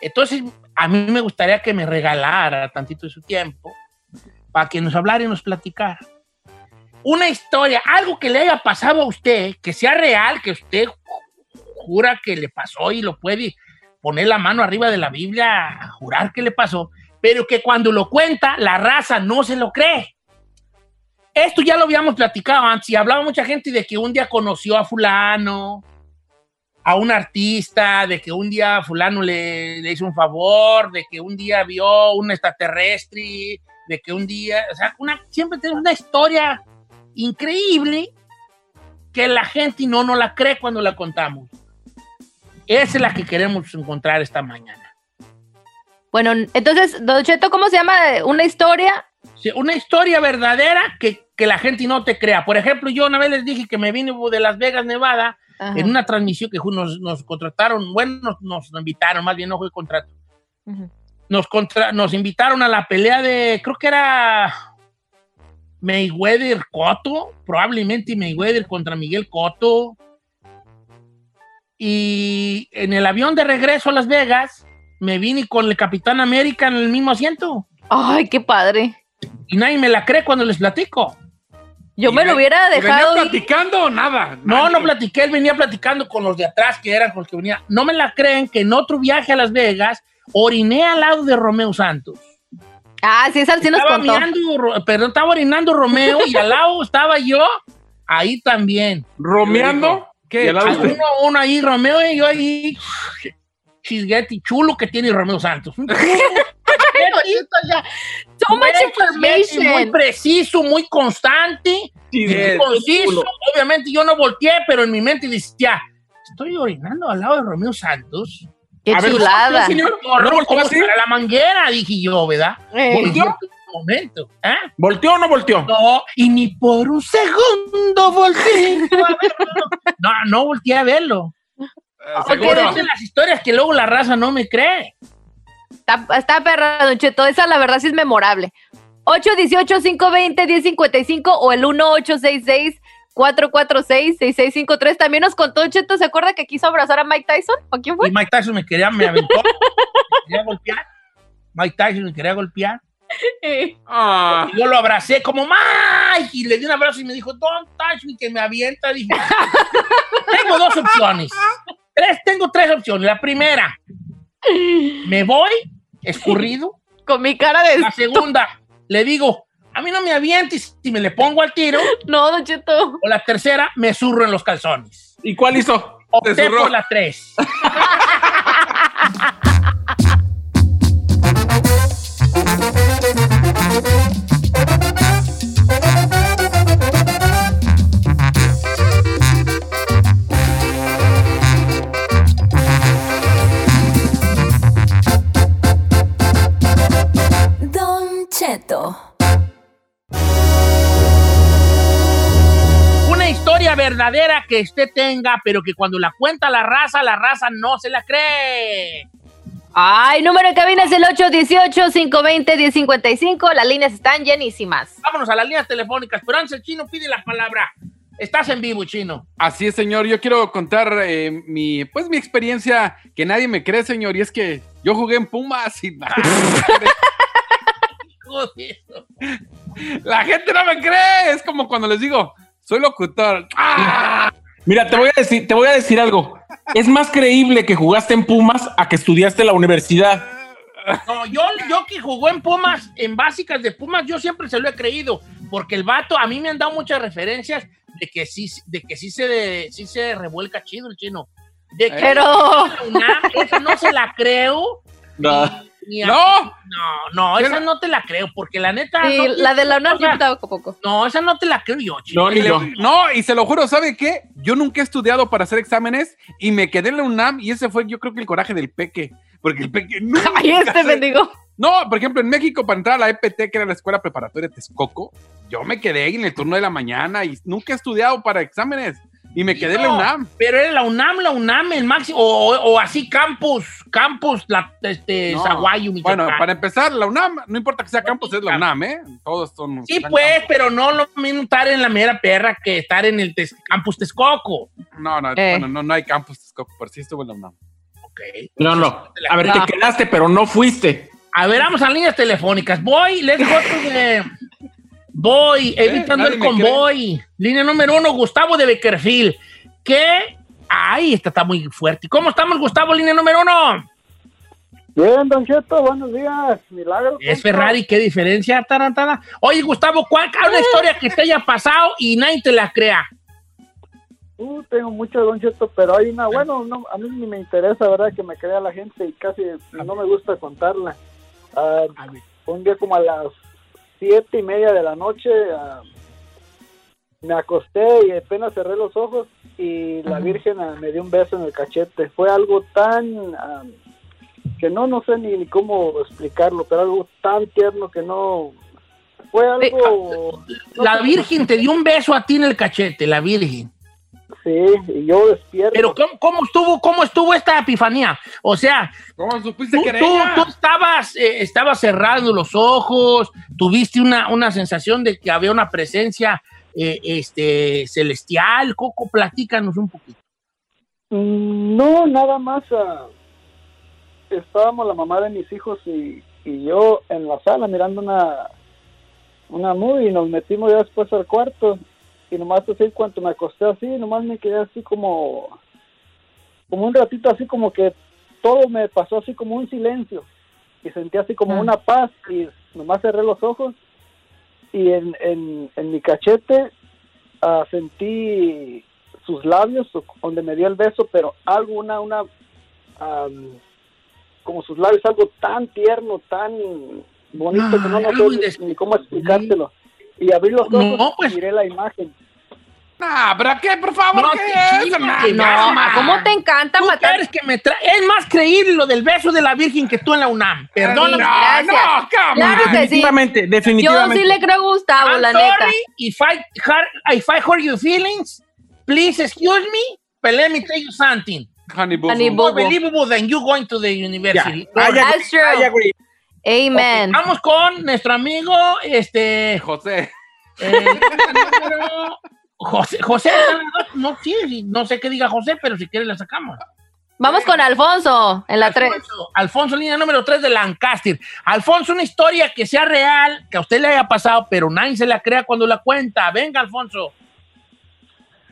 [SPEAKER 1] Entonces, a mí me gustaría que me regalara tantito de su tiempo para que nos hablara y nos platicara. Una historia, algo que le haya pasado a usted, que sea real, que usted jura que le pasó y lo puede poner la mano arriba de la Biblia, a jurar que le pasó, pero que cuando lo cuenta, la raza no se lo cree. Esto ya lo habíamos platicado antes y hablaba mucha gente de que un día conoció a fulano, a un artista, de que un día fulano le, le hizo un favor, de que un día vio un extraterrestre, de que un día, o sea, una, siempre tenemos una historia increíble que la gente no nos la cree cuando la contamos. Esa es la que queremos encontrar esta mañana.
[SPEAKER 2] Bueno, entonces, Don Cheto, ¿cómo se llama? Una historia.
[SPEAKER 1] Sí, Una historia verdadera que, que la gente no te crea. Por ejemplo, yo una vez les dije que me vine de Las Vegas, Nevada,
[SPEAKER 2] Ajá.
[SPEAKER 1] en una transmisión que nos, nos contrataron, bueno, nos, nos invitaron, más bien no fue contrato.
[SPEAKER 2] Ujú.
[SPEAKER 1] Nos, contra- nos invitaron a la pelea de, creo que era Mayweather Cotto, probablemente Mayweather contra Miguel Cotto. Y en el avión de regreso a Las Vegas, me vine con el Capitán América en el mismo asiento.
[SPEAKER 2] Ay, qué padre.
[SPEAKER 1] Y nadie me la cree cuando les platico.
[SPEAKER 2] Yo
[SPEAKER 3] Y
[SPEAKER 2] me lo
[SPEAKER 3] ve-
[SPEAKER 2] hubiera
[SPEAKER 3] ¿Y venía
[SPEAKER 2] dejado. ir.
[SPEAKER 3] platicando o nada?
[SPEAKER 1] No, no
[SPEAKER 3] Nadie.
[SPEAKER 1] platiqué, él venía platicando con los de atrás, que eran con los que venía. No me la creen que en otro viaje a Las Vegas oriné al lado de Romeo Santos.
[SPEAKER 2] Ah, sí, esa sí nos
[SPEAKER 1] estaba
[SPEAKER 2] contó.
[SPEAKER 1] mirando, Ro- perdón, estaba orinando Romeo y al lado estaba yo, ahí también.
[SPEAKER 4] Romeando.
[SPEAKER 3] ¿Qué?
[SPEAKER 4] Y al lado
[SPEAKER 1] Hay
[SPEAKER 4] usted.
[SPEAKER 1] uno, uno ahí, Romeo y yo ahí. Chisguete chulo que tiene Romeo Santos. Un chisguete
[SPEAKER 2] So much
[SPEAKER 1] muy
[SPEAKER 2] information.
[SPEAKER 1] preciso, muy constante.
[SPEAKER 4] Sí,
[SPEAKER 1] Muy
[SPEAKER 4] sí.
[SPEAKER 1] conciso. Obviamente yo no volteé, pero en mi mente decía, estoy orinando al lado de Romeo Santos.
[SPEAKER 2] Qué
[SPEAKER 4] A ver,
[SPEAKER 2] chulada.
[SPEAKER 4] señor?
[SPEAKER 1] No,
[SPEAKER 4] ¿No
[SPEAKER 1] no,
[SPEAKER 4] volteó
[SPEAKER 1] como
[SPEAKER 4] así?
[SPEAKER 1] para la manguera, dije yo, ¿verdad?
[SPEAKER 2] Eh,
[SPEAKER 1] Dije, "Un momento, ¿eh?
[SPEAKER 4] ¿Volteó o no volteó?
[SPEAKER 1] No, y ni por un segundo volteé a verlo. No, no volteé a verlo.
[SPEAKER 3] Eh,
[SPEAKER 1] Porque
[SPEAKER 3] seguro.
[SPEAKER 1] es de las historias que luego la raza no me cree.
[SPEAKER 2] Está, está perra, Don Cheto. Esa la verdad sí es memorable. 818-520-1055 o el 1866-446-6653. También nos contó Don Cheto. ¿Se acuerda que quiso abrazar a Mike Tyson? ¿O quién fue?
[SPEAKER 1] Y Mike Tyson me quería, me aventó, me quería golpear. Mike Tyson me quería golpear.
[SPEAKER 2] Eh,
[SPEAKER 3] Ah,
[SPEAKER 1] Y yo lo abracé como Mike y le di un abrazo y me dijo, don't touch me, que me avienta. Dije, tengo dos opciones. Tres, tengo tres opciones. La primera, me voy, escurrido.
[SPEAKER 2] Con mi cara de...
[SPEAKER 1] La segunda, le digo, a mí no me avientes si me le pongo al tiro.
[SPEAKER 2] No, Don Cheto.
[SPEAKER 1] O la tercera, me zurro en los calzones.
[SPEAKER 4] ¿Y cuál hizo? Se
[SPEAKER 1] Opté
[SPEAKER 4] zurró.
[SPEAKER 1] por la tres.
[SPEAKER 7] Don Cheto.
[SPEAKER 1] Una historia verdadera que usted tenga, pero que cuando la cuenta la raza, la raza no se la cree.
[SPEAKER 2] Ay, número de cabina es el 818-520-1055. Las líneas están llenísimas.
[SPEAKER 1] Vámonos a las líneas telefónicas. Pero antes el chino pide la palabra. Estás en vivo, chino.
[SPEAKER 3] así es, señor. Yo quiero contar eh, mi, pues, mi experiencia que nadie me cree, señor. Y es que yo jugué en Pumas y la,
[SPEAKER 1] Joder.
[SPEAKER 3] la gente no me cree. Es como cuando les digo, soy locutor. ¡Ah!
[SPEAKER 4] Mira, te voy, a decir, te voy a decir algo. Es más creíble que jugaste en Pumas a que estudiaste en la universidad.
[SPEAKER 1] No, yo, yo que jugó en Pumas, en básicas de Pumas, yo siempre se lo he creído, porque el vato, a mí me han dado muchas referencias de que sí, de que sí se, sí se revuelca chido el chino. De que
[SPEAKER 2] Pero...
[SPEAKER 1] Nah, esa no se la creo. Ni a-
[SPEAKER 3] ¡No!
[SPEAKER 1] no, no, esa no te la creo, porque la neta.
[SPEAKER 2] Sí,
[SPEAKER 1] no tiene-
[SPEAKER 2] la de la UNAM
[SPEAKER 1] o sea,
[SPEAKER 2] siempre tampoco poco.
[SPEAKER 1] No, esa no te la creo yo, chino.
[SPEAKER 4] No, ni
[SPEAKER 3] Y le-
[SPEAKER 4] yo.
[SPEAKER 3] no, y se lo juro, ¿sabe qué? Yo nunca he estudiado para hacer exámenes y me quedé en la UNAM y ese fue yo creo que el coraje del peque. Porque el peque nunca
[SPEAKER 2] Ay, este
[SPEAKER 3] se-
[SPEAKER 2] mendigo.
[SPEAKER 3] No, por ejemplo, en México para entrar a la EPT, que era la Escuela Preparatoria de Texcoco, yo me quedé ahí en el turno de la mañana y nunca he estudiado para exámenes y me quedé en la
[SPEAKER 1] No,
[SPEAKER 3] UNAM.
[SPEAKER 1] Pero era la UNAM, la UNAM, el máximo. O, o- o así Campus, Campus, la, este,
[SPEAKER 3] No.
[SPEAKER 1] Zaguayo, Michoacán.
[SPEAKER 3] Bueno, para empezar, la UNAM, no importa que sea campus, es la UNAM, ¿eh? Todos son...
[SPEAKER 1] Sí,
[SPEAKER 3] están
[SPEAKER 1] pues, pero no lo mismo estar en la mera perra que estar en el Tes- Campus Texcoco.
[SPEAKER 3] campus. No, no,
[SPEAKER 2] Eh.
[SPEAKER 3] bueno, no, no hay campus Texcoco, pero sí estuvo en la UNAM.
[SPEAKER 1] Ok.
[SPEAKER 4] No, no. A ver, te quedaste, pero no fuiste.
[SPEAKER 1] A ver, vamos a líneas telefónicas. Voy, let's go to the- Voy, evitando
[SPEAKER 3] Eh, nadie
[SPEAKER 1] el
[SPEAKER 3] me
[SPEAKER 1] convoy. Línea número uno, Gustavo de Beckerfield. ¿Qué? Ay, esta está muy fuerte. ¿Cómo estamos, Gustavo? Línea número uno.
[SPEAKER 5] Bien, Don Cheto, buenos días. Milagro.
[SPEAKER 1] Es Ferrari, qué diferencia, tarantana. Oye, Gustavo, ¿cuál hay una historia que te haya pasado y nadie te la crea?
[SPEAKER 5] Uh, tengo mucho Don Cheto, pero hay una, bueno, no, a mí ni me interesa, ¿verdad? Que me crea la gente y casi no me gusta contarla. Ah,
[SPEAKER 1] A ver.
[SPEAKER 5] un día como a las siete y media de la noche ah, me acosté y apenas cerré los ojos y la Virgen ah, me dio un beso en el cachete. Fue algo tan... ah, que no, no sé ni, ni cómo explicarlo, pero algo tan tierno que no... Fue algo...
[SPEAKER 1] La Virgen te dio un beso a ti en el cachete, la Virgen.
[SPEAKER 5] Sí, y yo despierto.
[SPEAKER 1] Pero ¿cómo, cómo estuvo, ¿cómo estuvo esta epifanía? O sea,
[SPEAKER 3] ¿Cómo supiste
[SPEAKER 1] tú,
[SPEAKER 3] que era
[SPEAKER 1] tú-
[SPEAKER 3] ella?
[SPEAKER 1] tú estabas, eh, estabas cerrando los ojos, tuviste una, una sensación de que había una presencia eh, este, celestial. Coco, platícanos un poquito.
[SPEAKER 5] Mm, No, nada más. ah, estábamos la mamá de mis hijos y, y yo en la sala mirando una, una movie y nos metimos ya después al cuarto. Y nomás así, cuando me acosté así, nomás me quedé así como, como un ratito así como que todo me pasó así como un silencio. Y sentí así como
[SPEAKER 2] Ah.
[SPEAKER 5] una paz y nomás cerré los ojos y en, en, en mi cachete ah, sentí sus labios o- donde me dio el beso, pero algo, una, una, am, como sus labios, algo tan tierno, tan bonito que no,
[SPEAKER 1] Ay,
[SPEAKER 5] no
[SPEAKER 1] algo
[SPEAKER 5] sé
[SPEAKER 1] indes-
[SPEAKER 5] ni, ni cómo explicártelo. Y abrí los
[SPEAKER 1] No,
[SPEAKER 5] ojos
[SPEAKER 1] pues.
[SPEAKER 5] y miré la imagen.
[SPEAKER 3] Nah, ¿pero qué? Por favor,
[SPEAKER 1] No
[SPEAKER 3] ¿qué
[SPEAKER 1] te
[SPEAKER 3] es?
[SPEAKER 1] chingas,
[SPEAKER 3] Nah,
[SPEAKER 1] que no,
[SPEAKER 3] nah,
[SPEAKER 1] ma,
[SPEAKER 3] nah.
[SPEAKER 2] ¿Cómo te encanta
[SPEAKER 1] ¿Tú
[SPEAKER 2] matar?
[SPEAKER 1] crees que me tra- es más creíble lo del beso de la Virgen que tú en la UNAM. Perdóname.
[SPEAKER 3] No, no, come
[SPEAKER 2] Claro
[SPEAKER 3] on.
[SPEAKER 2] que sí.
[SPEAKER 4] Definitivamente,
[SPEAKER 2] Yo
[SPEAKER 4] definitivamente.
[SPEAKER 2] sí le creo a Gustavo,
[SPEAKER 1] I'm
[SPEAKER 2] Ah, la neta.
[SPEAKER 1] sorry if I, har- if I hurt your feelings. Please excuse me, but let me tell you something.
[SPEAKER 3] Honey boo
[SPEAKER 2] Honey
[SPEAKER 3] boo.
[SPEAKER 1] More
[SPEAKER 2] Bobo.
[SPEAKER 1] believable than you going to the
[SPEAKER 4] Ya.
[SPEAKER 1] university.
[SPEAKER 4] Ah, ya,
[SPEAKER 2] That's true.
[SPEAKER 4] ah, ya, güey.
[SPEAKER 2] Amen.
[SPEAKER 1] Ok, vamos con nuestro amigo, este,
[SPEAKER 3] José.
[SPEAKER 1] eh, José, José, no, sí, sí, no sé qué diga José, pero si quiere la sacamos.
[SPEAKER 2] Vamos con Alfonso en la 3.
[SPEAKER 1] Alfonso, Alfonso, línea número 3 de Lancaster. Alfonso, una historia que sea real, que a usted le haya pasado, pero nadie se la crea cuando la cuenta. Venga, Alfonso.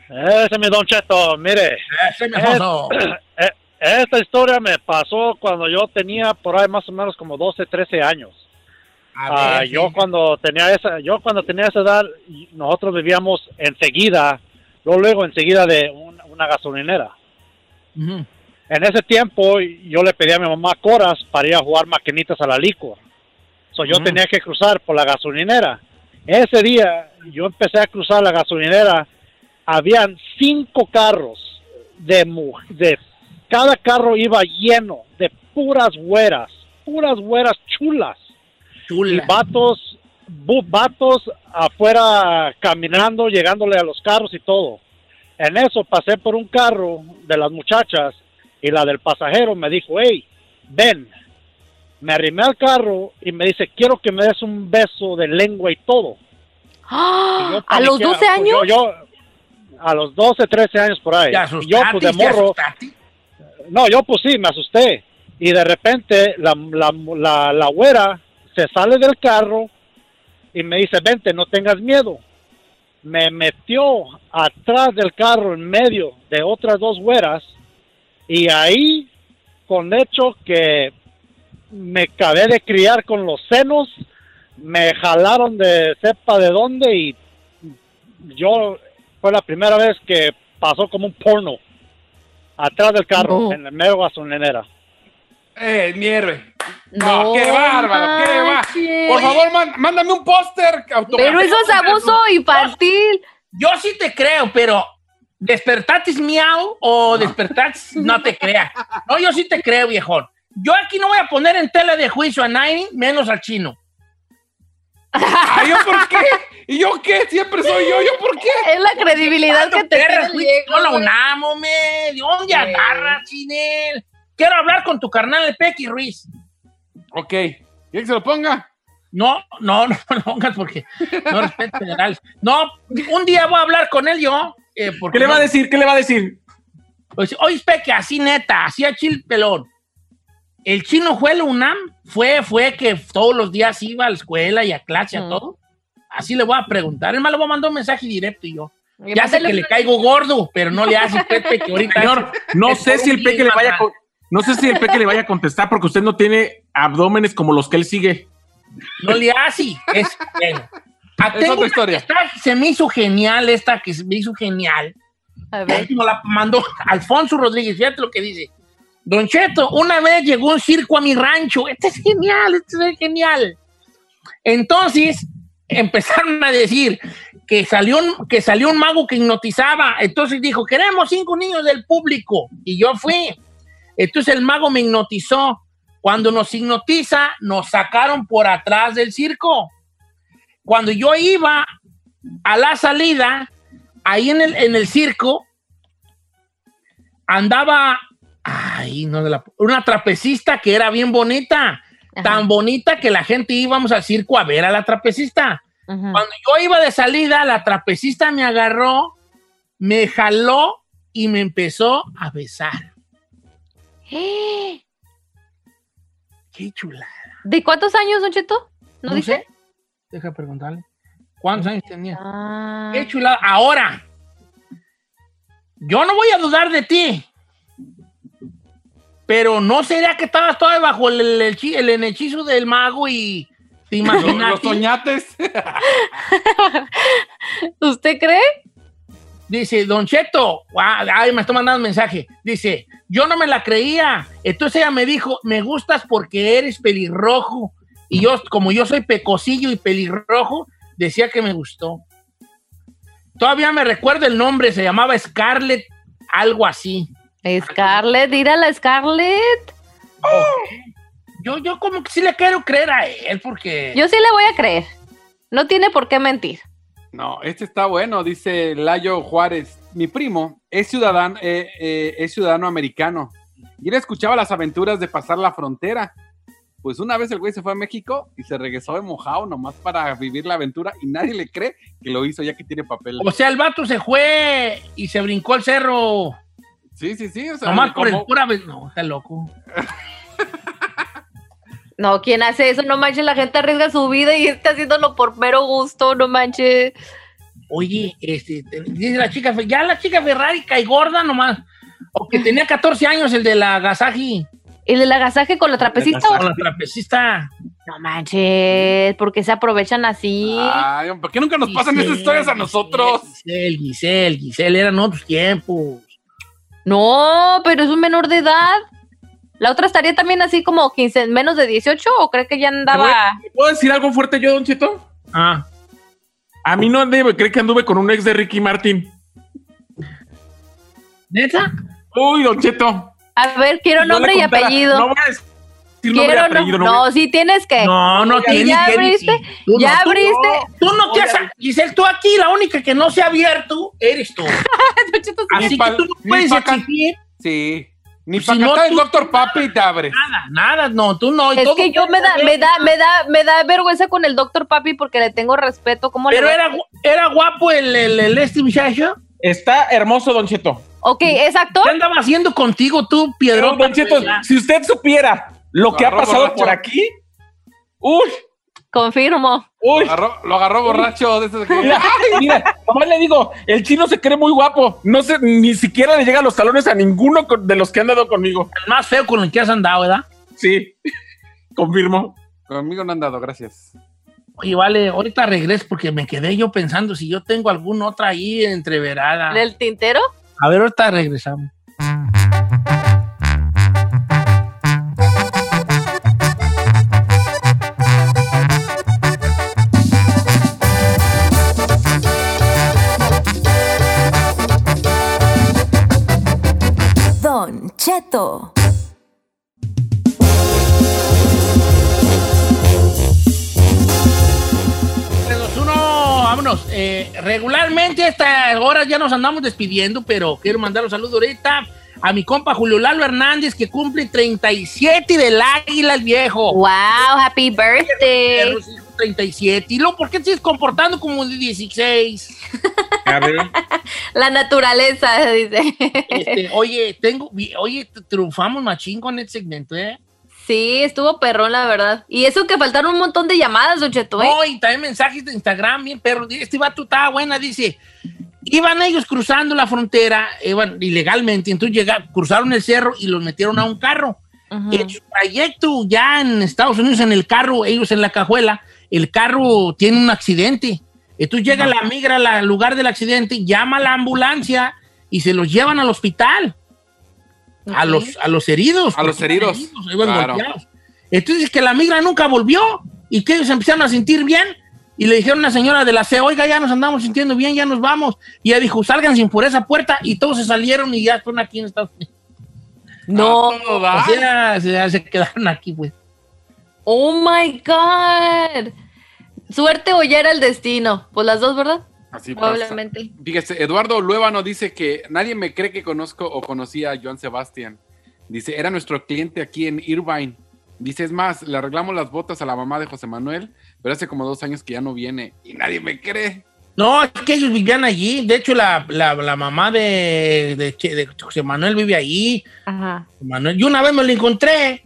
[SPEAKER 8] Ese mi Don Cheto, mire,
[SPEAKER 1] Ese, mi Alfonso.
[SPEAKER 8] eh, esta historia me pasó cuando yo tenía por ahí más o menos como 12, 13 años.
[SPEAKER 1] A
[SPEAKER 8] Ah,
[SPEAKER 1] ver,
[SPEAKER 8] yo
[SPEAKER 1] sí.
[SPEAKER 8] cuando tenía esa, yo cuando tenía esa edad, y- nosotros vivíamos enseguida, luego, luego enseguida de un- una gasolinera.
[SPEAKER 1] Ujú.
[SPEAKER 8] En ese tiempo yo le pedí a mi mamá coras para ir a jugar maquinitas a la licor. So, yo
[SPEAKER 1] Mm.
[SPEAKER 8] tenía que cruzar por la gasolinera. Ese día yo empecé a cruzar la gasolinera. Habían cinco carros de, mu- de cada carro iba lleno de puras güeras, puras güeras chulas y
[SPEAKER 1] Chula.
[SPEAKER 8] vatos, bu- vatos afuera caminando, llegándole a los carros y todo. En eso pasé por un carro de las muchachas y la del pasajero me dijo, hey, ven. Me arrimé al carro y me dice, quiero que me des un beso de lengua y todo. Y yo
[SPEAKER 2] ¡Ah! ¿A
[SPEAKER 8] paniqué,
[SPEAKER 2] los 12
[SPEAKER 8] pues,
[SPEAKER 2] años?
[SPEAKER 8] yo- yo- a los 12, 13 años por
[SPEAKER 1] Te
[SPEAKER 8] ahí. Y yo
[SPEAKER 1] asustaste,
[SPEAKER 8] pues, de
[SPEAKER 1] te
[SPEAKER 8] morro,
[SPEAKER 1] asustaste.
[SPEAKER 8] no, yo pues sí, me asusté. Y de repente la, la, la, la güera se sale del carro y me dice, vente, no tengas miedo. Me metió atrás del carro en medio de otras dos güeras y ahí con hecho que me acabé de criar con los senos, me jalaron de sepa de dónde y yo fue la primera vez que pasó como un porno atrás del carro,
[SPEAKER 2] No.
[SPEAKER 8] en el mero gasolinera.
[SPEAKER 3] Eh, mi héroe. No, qué bárbaro, qué
[SPEAKER 2] manches.
[SPEAKER 3] bárbaro. Por favor, man- mándame un póster
[SPEAKER 2] Pero
[SPEAKER 3] autografiado.
[SPEAKER 2] eso es abuso infantil.
[SPEAKER 1] Yo sí te creo, pero ¿despertatis miau o despertatis no te creas? No, yo sí te creo, viejón. Yo aquí no voy a poner en tela de juicio a nadie, menos al chino.
[SPEAKER 3] Ah, ¿Yo por qué? ¿Y yo qué? Siempre soy yo. ¿Yo por qué?
[SPEAKER 2] Es la credibilidad
[SPEAKER 1] ¿Cuándo
[SPEAKER 2] que te
[SPEAKER 1] perras,
[SPEAKER 2] tiene
[SPEAKER 1] güey?
[SPEAKER 2] Diego,
[SPEAKER 1] No la
[SPEAKER 2] güey.
[SPEAKER 1] unamo, me. ¿De dónde agarras, Chinel? Quiero hablar con tu carnal, el Pequi Ruiz.
[SPEAKER 3] Ok. ¿Quiere que se lo ponga?
[SPEAKER 1] No, no, no, no pongas porque no respeto general. No, un día voy a hablar con él yo. eh, porque
[SPEAKER 4] ¿Qué le va a
[SPEAKER 1] no-
[SPEAKER 4] decir? ¿Qué le va a decir?
[SPEAKER 1] Pues, oye, Peque, así neta, así a chil pelón. El chino fue el UNAM, fue, fue que todos los días iba a la escuela y a clase, a
[SPEAKER 2] Mm.
[SPEAKER 1] todo. Así le voy a preguntar. Es más, le voy a mandar un mensaje directo y yo.
[SPEAKER 2] Y
[SPEAKER 1] Ya sé
[SPEAKER 2] mándale
[SPEAKER 1] que le
[SPEAKER 2] una-
[SPEAKER 1] caigo gordo, pero no le hace Pepe que ahorita.
[SPEAKER 4] Señor, no
[SPEAKER 1] Es
[SPEAKER 4] sé
[SPEAKER 1] por
[SPEAKER 4] si
[SPEAKER 1] un
[SPEAKER 4] el peque le
[SPEAKER 1] clima,
[SPEAKER 4] vaya a
[SPEAKER 1] man.
[SPEAKER 4] co- no sé si el peque le vaya a contestar porque usted no tiene abdómenes como los que él sigue.
[SPEAKER 1] No le hace. Es, bueno. Ah,
[SPEAKER 3] Es
[SPEAKER 1] tengo
[SPEAKER 3] otra
[SPEAKER 1] una
[SPEAKER 3] historia.
[SPEAKER 1] que está- se me hizo genial esta, que se me hizo genial.
[SPEAKER 2] A ver.
[SPEAKER 1] Nos la mandó Alfonso Rodríguez, fíjate lo que dice. Don Cheto, una vez llegó un circo a mi rancho. Este es genial, este es genial. Entonces empezaron a decir que salió un, que salió un mago que hipnotizaba. Entonces dijo, queremos cinco niños del público. Y yo fui. Entonces el mago me hipnotizó. Cuando nos hipnotiza, nos sacaron por atrás del circo. Cuando yo iba a la salida, ahí en el, en el circo andaba ay, no de la- una trapecista que era bien bonita,
[SPEAKER 2] Ajá.
[SPEAKER 1] tan bonita que la gente íbamos al circo a ver a la trapecista.
[SPEAKER 2] Ujú.
[SPEAKER 1] Cuando yo iba de salida, la trapecista me agarró, me jaló y me empezó a besar.
[SPEAKER 2] ¡Eh!
[SPEAKER 1] Qué chula.
[SPEAKER 2] ¿De cuántos años, Don Cheto? ¿No,
[SPEAKER 1] No
[SPEAKER 2] dice?
[SPEAKER 1] sé. Deja preguntarle. ¿Cuántos años tenía?
[SPEAKER 2] Ah.
[SPEAKER 1] Qué chulada. Ahora, yo no voy a dudar de ti. Pero no sería que estabas todavía bajo el, el- el chi- el hechizo del mago y te
[SPEAKER 3] Los, los
[SPEAKER 1] imaginaste.
[SPEAKER 3] soñates.
[SPEAKER 2] ¿Usted cree?
[SPEAKER 1] Dice, Don Cheto, ah, ay, me está mandando un mensaje. Dice, yo no me la creía. Entonces ella me dijo, me gustas porque eres pelirrojo. Y yo, como yo soy pecosillo y pelirrojo, decía que me gustó. Todavía me recuerdo el nombre, se llamaba Scarlett, algo así.
[SPEAKER 2] Scarlett, ir a la Scarlett.
[SPEAKER 1] Yo, yo como que sí le quiero creer a él, porque...
[SPEAKER 2] Yo sí le voy a creer. No tiene por qué mentir.
[SPEAKER 3] No, este está bueno, dice Layo Juárez. Mi primo es ciudadano, eh, eh, es ciudadano americano. Y él escuchaba las aventuras de pasar la frontera. Pues una vez el güey se fue a México y se regresó de mojado nomás para vivir la aventura y nadie le cree que lo hizo ya que tiene papel.
[SPEAKER 1] O sea, el vato se fue y se brincó el cerro.
[SPEAKER 3] Sí, sí, sí. O sea,
[SPEAKER 1] Nomás por el
[SPEAKER 3] como-
[SPEAKER 1] pura vez. No, está loco.
[SPEAKER 2] No, ¿quién hace eso? No manches, la gente arriesga su vida y está haciéndolo por mero gusto, no manches.
[SPEAKER 1] Oye, este, te- dice la chica, Fe- ya la chica Ferrari cae gorda nomás. O que tenía 14 años el de la Gasagi,
[SPEAKER 2] ¿El del agasaje con la trapecista?
[SPEAKER 1] o la trapecista.
[SPEAKER 2] No manches, porque se aprovechan así.
[SPEAKER 4] Ah.
[SPEAKER 3] Ay, ¿por qué nunca nos pasan estas historias a nosotros?
[SPEAKER 1] Giselle, Giselle, Giselle, eran otros tiempos.
[SPEAKER 2] No, pero es un menor de edad. ¿La otra estaría también así como 15, menos de 18 o cree que ya andaba?
[SPEAKER 4] ¿Puedo decir algo fuerte yo, Don Cheto?
[SPEAKER 1] Ah,
[SPEAKER 4] A mí no anduve, cree que anduve con un ex de Ricky Martin.
[SPEAKER 1] ¿neta?
[SPEAKER 4] Uy, Don Cheto.
[SPEAKER 2] A ver, quiero
[SPEAKER 4] Si yo
[SPEAKER 2] nombre
[SPEAKER 4] le
[SPEAKER 2] y
[SPEAKER 4] contara-
[SPEAKER 2] apellido.
[SPEAKER 4] No voy a decir nombre y
[SPEAKER 2] quiero
[SPEAKER 4] apellido.
[SPEAKER 2] nombre.
[SPEAKER 4] no voy a-
[SPEAKER 2] No, sí tienes que.
[SPEAKER 1] No, no
[SPEAKER 2] Eh, Ya
[SPEAKER 1] tiene que
[SPEAKER 2] abriste,
[SPEAKER 1] decir. Tú
[SPEAKER 2] ya
[SPEAKER 1] tú
[SPEAKER 2] abriste.
[SPEAKER 1] Tú no te has, Giselle, tú aquí la única que no se ha abierto eres tú. Así que
[SPEAKER 3] pa'l-
[SPEAKER 1] tú no
[SPEAKER 3] ni
[SPEAKER 1] puedes
[SPEAKER 3] pa' acá.
[SPEAKER 1] exigir
[SPEAKER 3] Sí. Ni
[SPEAKER 1] pues Si
[SPEAKER 3] para
[SPEAKER 1] no,
[SPEAKER 3] acá el
[SPEAKER 1] tú-
[SPEAKER 3] doctor Papi te abre.
[SPEAKER 1] nada, nada, no, tú no. y
[SPEAKER 2] Es
[SPEAKER 1] todo
[SPEAKER 2] que yo me da, me da, me da, me da vergüenza con el doctor papi porque le tengo respeto. ¿Cómo le
[SPEAKER 1] Pero
[SPEAKER 2] voy a-
[SPEAKER 1] era, gu- era guapo el, el, el este muchacho.
[SPEAKER 4] Está hermoso, Don Cheto.
[SPEAKER 2] Ok, ¿es
[SPEAKER 1] ¿Qué
[SPEAKER 2] actor?
[SPEAKER 1] andaba haciendo contigo tú,
[SPEAKER 4] Pero,
[SPEAKER 1] Piedrón? Pues,
[SPEAKER 4] Don Cheto, si usted supiera lo que ha
[SPEAKER 3] Agarró
[SPEAKER 4] pasado
[SPEAKER 3] borracho.
[SPEAKER 4] por aquí. Uy,
[SPEAKER 2] Confirmo.
[SPEAKER 4] uy.
[SPEAKER 3] Lo agarró, lo agarró borracho de esos que-
[SPEAKER 4] Mira, mira, nomás le digo, el chino se cree muy guapo. No sé, ni siquiera le llega a los talones a ninguno con- de los que han dado conmigo.
[SPEAKER 1] El más feo con el que has andado, ¿verdad?
[SPEAKER 4] Sí, confirmo.
[SPEAKER 3] Conmigo no han dado, gracias.
[SPEAKER 1] Oye, vale, ahorita regreso porque me quedé yo pensando si yo tengo alguna otra ahí entreverada.
[SPEAKER 2] ¿Del tintero?
[SPEAKER 1] A ver, ahorita regresamos.
[SPEAKER 7] Don Cheto.
[SPEAKER 1] Los uno, vámonos. Eh, regularmente a estas horas ya nos andamos despidiendo, pero quiero mandar un saludo ahorita a mi compa Julio Lalo Hernández, que cumple 37 del águila el viejo.
[SPEAKER 2] Wow, happy birthday.
[SPEAKER 1] Oh. Perro, sí, 37. ¿Y luego por qué te sigues comportando como de 16?
[SPEAKER 4] A ver.
[SPEAKER 2] La naturaleza, dice.
[SPEAKER 1] Este, oye, tengo, vi- oye, t- triunfamos machín con este segmento, ¿eh?
[SPEAKER 2] Sí, estuvo perrón, la verdad. Y eso que faltaron un montón de llamadas, Don Cheto, ¿eh?
[SPEAKER 1] No, y también mensajes de Instagram, bien perro. Este vato estaba buena, dice. Iban ellos cruzando la frontera, iban ilegalmente, entonces llega- cruzaron el cerro y los metieron a un carro.
[SPEAKER 2] Ujú.
[SPEAKER 1] En su trayecto ya en Estados Unidos, en el carro, ellos en la cajuela, el carro tiene un accidente. Entonces llega la migra la- al lugar del accidente, llama a la ambulancia y se los llevan al hospital, a,
[SPEAKER 2] Ok.
[SPEAKER 1] los, a los heridos.
[SPEAKER 3] A los
[SPEAKER 1] porque iban
[SPEAKER 3] heridos,
[SPEAKER 1] iban
[SPEAKER 3] claro.
[SPEAKER 1] golpeados. Entonces que la migra nunca volvió y que ellos empezaron a sentir bien y le dijeron a la señora de la C, oiga, ya nos andamos sintiendo bien, ya nos vamos. Y ella dijo, sálganse por esa puerta y todos se salieron y ya están aquí en Estados Unidos.
[SPEAKER 2] No.
[SPEAKER 3] A todo dar.
[SPEAKER 1] O sea, se, se quedaron aquí, pues.
[SPEAKER 2] Oh my God. Suerte o ya era el destino. Pues las dos, ¿verdad?
[SPEAKER 3] Así pasa.
[SPEAKER 2] Probablemente.
[SPEAKER 3] Fíjese, Eduardo Luevano dice que nadie me cree que conozco o conocía a Joan Sebastián. Dice, era nuestro cliente aquí en Irvine. Dice, es más, le arreglamos las botas a la mamá de José Manuel, pero hace como dos años que ya no viene y nadie me cree.
[SPEAKER 1] No, es que ellos vivían allí. De hecho, la, la- la mamá de, de Che- de José Manuel vive allí.
[SPEAKER 2] Ajá.
[SPEAKER 1] Manuel. Yo una vez me lo encontré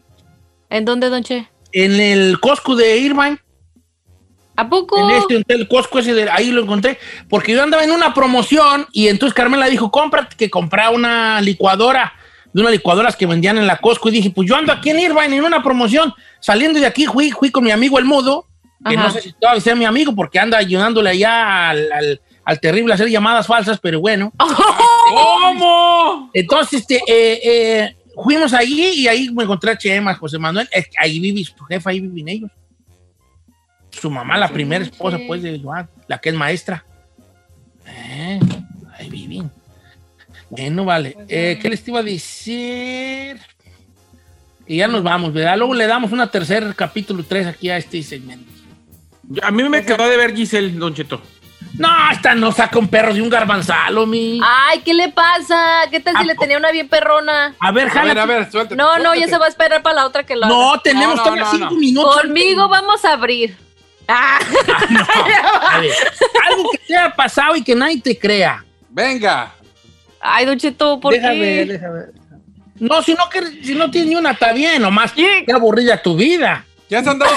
[SPEAKER 2] ¿En dónde, Don Che?
[SPEAKER 1] en el Costco de Irvine.
[SPEAKER 2] ¿A poco?
[SPEAKER 1] En este, en el Costco ese de ahí lo encontré. Porque yo andaba en una promoción y entonces Carmela dijo, cómprate que compraba una licuadora. De unas licuadoras que vendían en la Costco. Y dije, pues yo ando aquí en Irvine en una promoción. Saliendo de aquí, fui, fui con mi amigo El Mudo. Que
[SPEAKER 2] Ajá.
[SPEAKER 1] no sé si todavía sea mi amigo porque anda ayudándole allá al, al- al terrible a hacer llamadas falsas, pero bueno.
[SPEAKER 3] ¿Cómo?
[SPEAKER 1] Entonces, este, eh, eh, fuimos allí y ahí me encontré a Chema, José Manuel. Es que ahí viví, su jefa, ahí viven ellos. Su mamá, la primera esposa, pues, de Joan, la que es maestra. Eh, ahí viven. Bueno, vale.
[SPEAKER 3] Pues
[SPEAKER 1] Eh, ¿Qué les iba a decir? Y ya nos vamos, ¿verdad? Luego le damos una tercer capítulo 3 aquí a este segmento.
[SPEAKER 4] A mí me quedó de ver Giselle, Don Cheto.
[SPEAKER 1] No, esta no saca un perro de un garbanzalo, mi.
[SPEAKER 3] Ah.
[SPEAKER 2] Ay, ¿qué le pasa? ¿Qué tal si le tenía una bien perrona?
[SPEAKER 1] A ver,
[SPEAKER 3] A
[SPEAKER 1] jala.
[SPEAKER 3] ver, a ver, suéltate.
[SPEAKER 2] No, no, ya
[SPEAKER 3] suéltate.
[SPEAKER 2] se va a esperar para la otra que lo haga.
[SPEAKER 1] No, tenemos
[SPEAKER 3] No, no,
[SPEAKER 1] todavía
[SPEAKER 3] no,
[SPEAKER 1] cinco
[SPEAKER 3] no.
[SPEAKER 1] minutos.
[SPEAKER 2] Conmigo vamos a abrir. Ah,
[SPEAKER 1] A ver, algo que te haya pasado y que nadie te crea.
[SPEAKER 3] Venga.
[SPEAKER 2] Ay, Don Cheto, ¿por
[SPEAKER 1] déjame,
[SPEAKER 2] qué?
[SPEAKER 1] déjame. No, si no, quer- si no tienes ni una, está bien, nomás. Qué aburrida tu vida.
[SPEAKER 3] Ya se han dado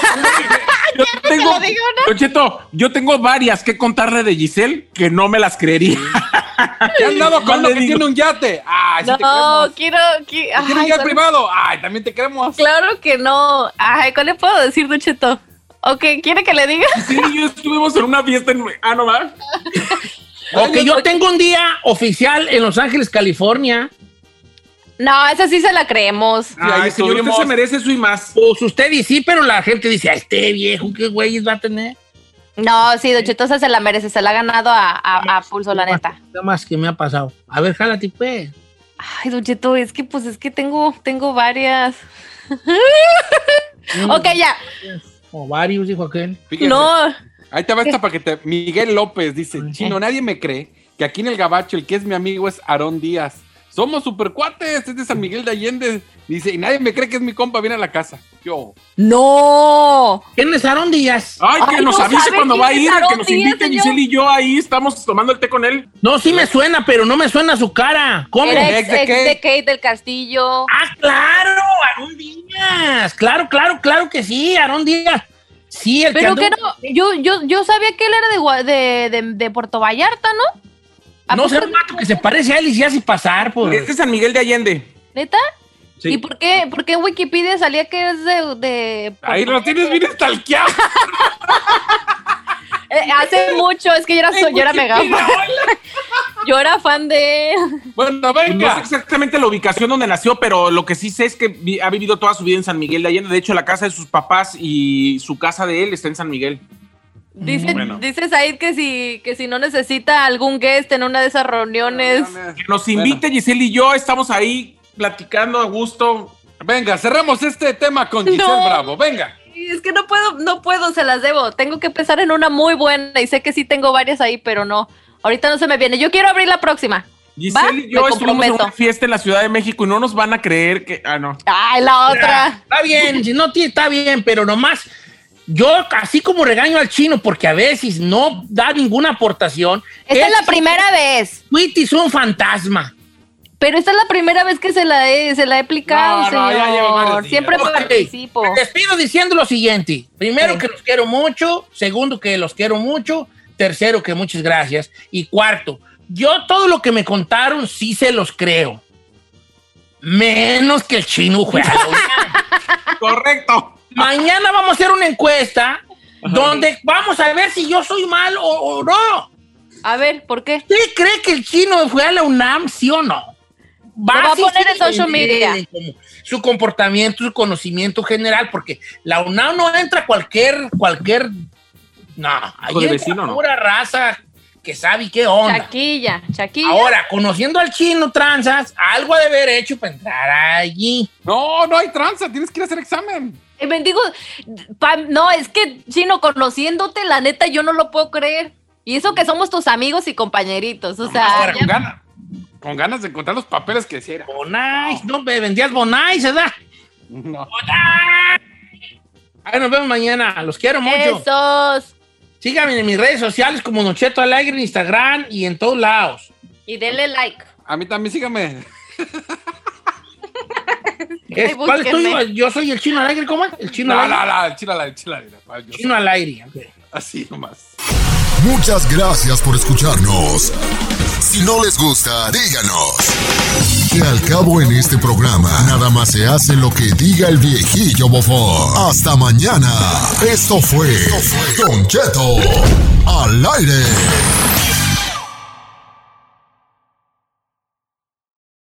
[SPEAKER 4] Yo tengo,
[SPEAKER 2] lo digo,
[SPEAKER 4] Don Cheto, yo tengo varias que contarle de Giselle que no me las creería.
[SPEAKER 3] ya han dado con
[SPEAKER 4] ¿Cuál
[SPEAKER 3] lo
[SPEAKER 4] le
[SPEAKER 3] que
[SPEAKER 4] digo?
[SPEAKER 3] tiene un yate. Ay, sí te
[SPEAKER 2] No,
[SPEAKER 3] queremos.
[SPEAKER 2] quiero. qui-
[SPEAKER 3] Tiene un
[SPEAKER 2] Ay,
[SPEAKER 3] yate
[SPEAKER 2] Don-
[SPEAKER 3] privado. Ay, también te queremos.
[SPEAKER 2] claro que no. Ay, ¿cuál le puedo decir, Don Cheto? Ok, ¿quiere que le diga?
[SPEAKER 4] Sí, yo estuvimos en una fiesta en. Ah, no va.
[SPEAKER 1] Ok, yo tengo un día oficial en Los Ángeles, California.
[SPEAKER 2] No, esa sí se la creemos.
[SPEAKER 3] ahí
[SPEAKER 4] Ay, señor, usted
[SPEAKER 3] estuvimos.
[SPEAKER 4] se merece eso y más.
[SPEAKER 1] Pues usted y sí, pero la gente dice, "A este viejo, ¿qué güeyes va a tener?
[SPEAKER 2] No, sí, Don Cheto, esa se la merece. Se la ha ganado a, a- a pulso, la neta.
[SPEAKER 1] Nada más que me ha pasado. A ver, jálate, pues.
[SPEAKER 2] Ay, Don Cheto, es que pues es que tengo, tengo varias.
[SPEAKER 3] Mm.
[SPEAKER 2] ok, ya.
[SPEAKER 1] O varios, dijo aquel.
[SPEAKER 3] Fíjese.
[SPEAKER 2] No.
[SPEAKER 3] Ahí te va esta para que te. Miguel López dice: Chino, nadie me cree que aquí en el Gabacho el que es mi amigo es Aarón Díaz. Somos supercuates, este es de San Miguel de Allende. Dice: Y nadie me cree que es mi compa, viene a la casa. Yo.
[SPEAKER 2] No.
[SPEAKER 1] ¿Quién es Aarón Díaz?
[SPEAKER 4] Ay, que
[SPEAKER 2] Ay,
[SPEAKER 4] nos
[SPEAKER 2] no
[SPEAKER 4] avise
[SPEAKER 2] sabe
[SPEAKER 4] cuando
[SPEAKER 2] quién
[SPEAKER 4] va a
[SPEAKER 2] es
[SPEAKER 4] ir,
[SPEAKER 2] Aarón
[SPEAKER 4] que nos
[SPEAKER 2] Díaz,
[SPEAKER 4] invite
[SPEAKER 2] señor.
[SPEAKER 4] Giselle y yo ahí, estamos tomando el té con él.
[SPEAKER 1] No, sí me suena, pero no me suena su cara. ¿Cómo?
[SPEAKER 2] Era ex,
[SPEAKER 3] ¿Ex de
[SPEAKER 2] ex
[SPEAKER 3] qué?
[SPEAKER 2] de Kate del Castillo.
[SPEAKER 1] Ah, claro, Aarón Díaz. Claro, claro, claro que sí, Aarón Díaz. Sí, el
[SPEAKER 2] Pero
[SPEAKER 1] anduvo-
[SPEAKER 2] que no, yo, yo, yo sabía que él era de, Gua- de, de- de Puerto Vallarta, ¿no? ¿A
[SPEAKER 1] No sé,
[SPEAKER 2] poco-
[SPEAKER 1] un vato que se parece a él y se hace pasar,
[SPEAKER 4] Este
[SPEAKER 1] pues.
[SPEAKER 4] es San Miguel de Allende.
[SPEAKER 2] ¿Neta?
[SPEAKER 4] Sí.
[SPEAKER 2] ¿Y por qué, por qué en Wikipedia salía que es de... de-
[SPEAKER 3] Ahí lo tienes bien estalqueado.
[SPEAKER 2] Eh, hace mucho, es que yo era, so- yo era mega fan. Yo era fan de...
[SPEAKER 3] Bueno,
[SPEAKER 4] No sé
[SPEAKER 3] venga.
[SPEAKER 4] exactamente la ubicación donde nació, pero lo que sí sé es que vi- ha vivido toda su vida en San Miguel de Allende. De hecho, la casa de sus papás y su casa de él está en San Miguel.
[SPEAKER 2] Dice,
[SPEAKER 4] bueno.
[SPEAKER 2] dice Said que si, que si no necesita algún guest en una de esas reuniones...
[SPEAKER 4] Que nos invite Giselle y yo, estamos ahí platicando a gusto.
[SPEAKER 3] Venga, cerramos este tema con Giselle
[SPEAKER 2] No.
[SPEAKER 3] Bravo. Venga.
[SPEAKER 2] Y Es que no puedo, no puedo, se las debo. Tengo que pensar en una muy buena y sé que sí tengo varias ahí, pero no. Ahorita no se me viene. Yo quiero abrir la próxima.
[SPEAKER 4] Giselle
[SPEAKER 2] Va,
[SPEAKER 4] y yo
[SPEAKER 2] me
[SPEAKER 4] estuvimos en
[SPEAKER 2] comprometo.
[SPEAKER 4] una fiesta en la Ciudad de México y no nos van a creer que... Ah, no.
[SPEAKER 2] Ay, la otra.
[SPEAKER 1] Está bien, si no tiene, está bien, pero nomás. Yo, así como regaño al chino, porque a veces no da ninguna aportación.
[SPEAKER 2] Esta es la
[SPEAKER 1] ese
[SPEAKER 2] primera vez.
[SPEAKER 1] tweet es un fantasma.
[SPEAKER 2] Pero esta es la primera vez que se la he, se la he aplicado,
[SPEAKER 3] No, no, ya lleva
[SPEAKER 2] señor.
[SPEAKER 3] varios días.
[SPEAKER 2] Siempre
[SPEAKER 1] Ok,
[SPEAKER 2] participo.
[SPEAKER 1] Me despido diciendo lo siguiente. Primero
[SPEAKER 2] Sí.
[SPEAKER 1] que los quiero mucho, segundo que los quiero mucho, tercero que muchas gracias y cuarto, yo todo lo que me contaron sí se los creo. Menos que el chino juega.
[SPEAKER 4] Correcto.
[SPEAKER 1] Mañana vamos a hacer una encuesta donde vamos a ver si yo soy mal o, o no.
[SPEAKER 2] A ver, ¿por qué?
[SPEAKER 1] ¿Usted cree que el chino fue a la UNAM, sí o no?
[SPEAKER 2] Lo va a
[SPEAKER 1] sí,
[SPEAKER 2] poner
[SPEAKER 1] sí,
[SPEAKER 2] en social
[SPEAKER 1] sí,
[SPEAKER 2] media.
[SPEAKER 1] sí, como Su comportamiento, su conocimiento general, porque la UNAM no entra cualquier, cualquier, no, ahí
[SPEAKER 4] Hijo de
[SPEAKER 1] entra
[SPEAKER 4] vecino, ¿no?
[SPEAKER 1] pura raza que sabe qué onda.
[SPEAKER 2] Chaquilla, chaquilla.
[SPEAKER 1] Ahora, conociendo al chino tranzas, algo ha de haber hecho para entrar allí.
[SPEAKER 3] No, no hay tranza, tienes que ir a hacer examen.
[SPEAKER 2] Eh, Bendigo. Pam, no, es que, Chino, conociéndote, la neta, yo no lo puedo creer. Y eso que somos tus amigos y compañeritos. O
[SPEAKER 1] Nomás
[SPEAKER 2] sea,
[SPEAKER 1] para
[SPEAKER 3] Con
[SPEAKER 2] ya-
[SPEAKER 3] ganas, con ganas de encontrar los papeles que hiciera.
[SPEAKER 1] Bonais, no me vendías Bonais, ¿verdad?
[SPEAKER 3] No.
[SPEAKER 1] Ahí nos vemos mañana, los quiero mucho.
[SPEAKER 2] esos.
[SPEAKER 1] Síganme en mis redes sociales como Nocheto Alegre en Instagram y en todos lados.
[SPEAKER 2] Y denle like.
[SPEAKER 3] A mí también sígame.
[SPEAKER 1] Es-
[SPEAKER 2] Ay,
[SPEAKER 1] ¿Cuál es
[SPEAKER 2] búsquenme.
[SPEAKER 1] tuyo? Yo soy el chino alegre, ¿cómo es? El chino
[SPEAKER 3] No,
[SPEAKER 1] al aire.
[SPEAKER 3] no, no, chírala, chírala. chírala. Yo
[SPEAKER 1] Chino al aire. ok.
[SPEAKER 3] soy Así nomás.
[SPEAKER 9] Muchas gracias por escucharnos. Si no les gusta, díganos. Que al cabo en este programa, nada más se hace lo que diga el viejillo bofón. Hasta mañana. Esto fue Don Cheto al aire.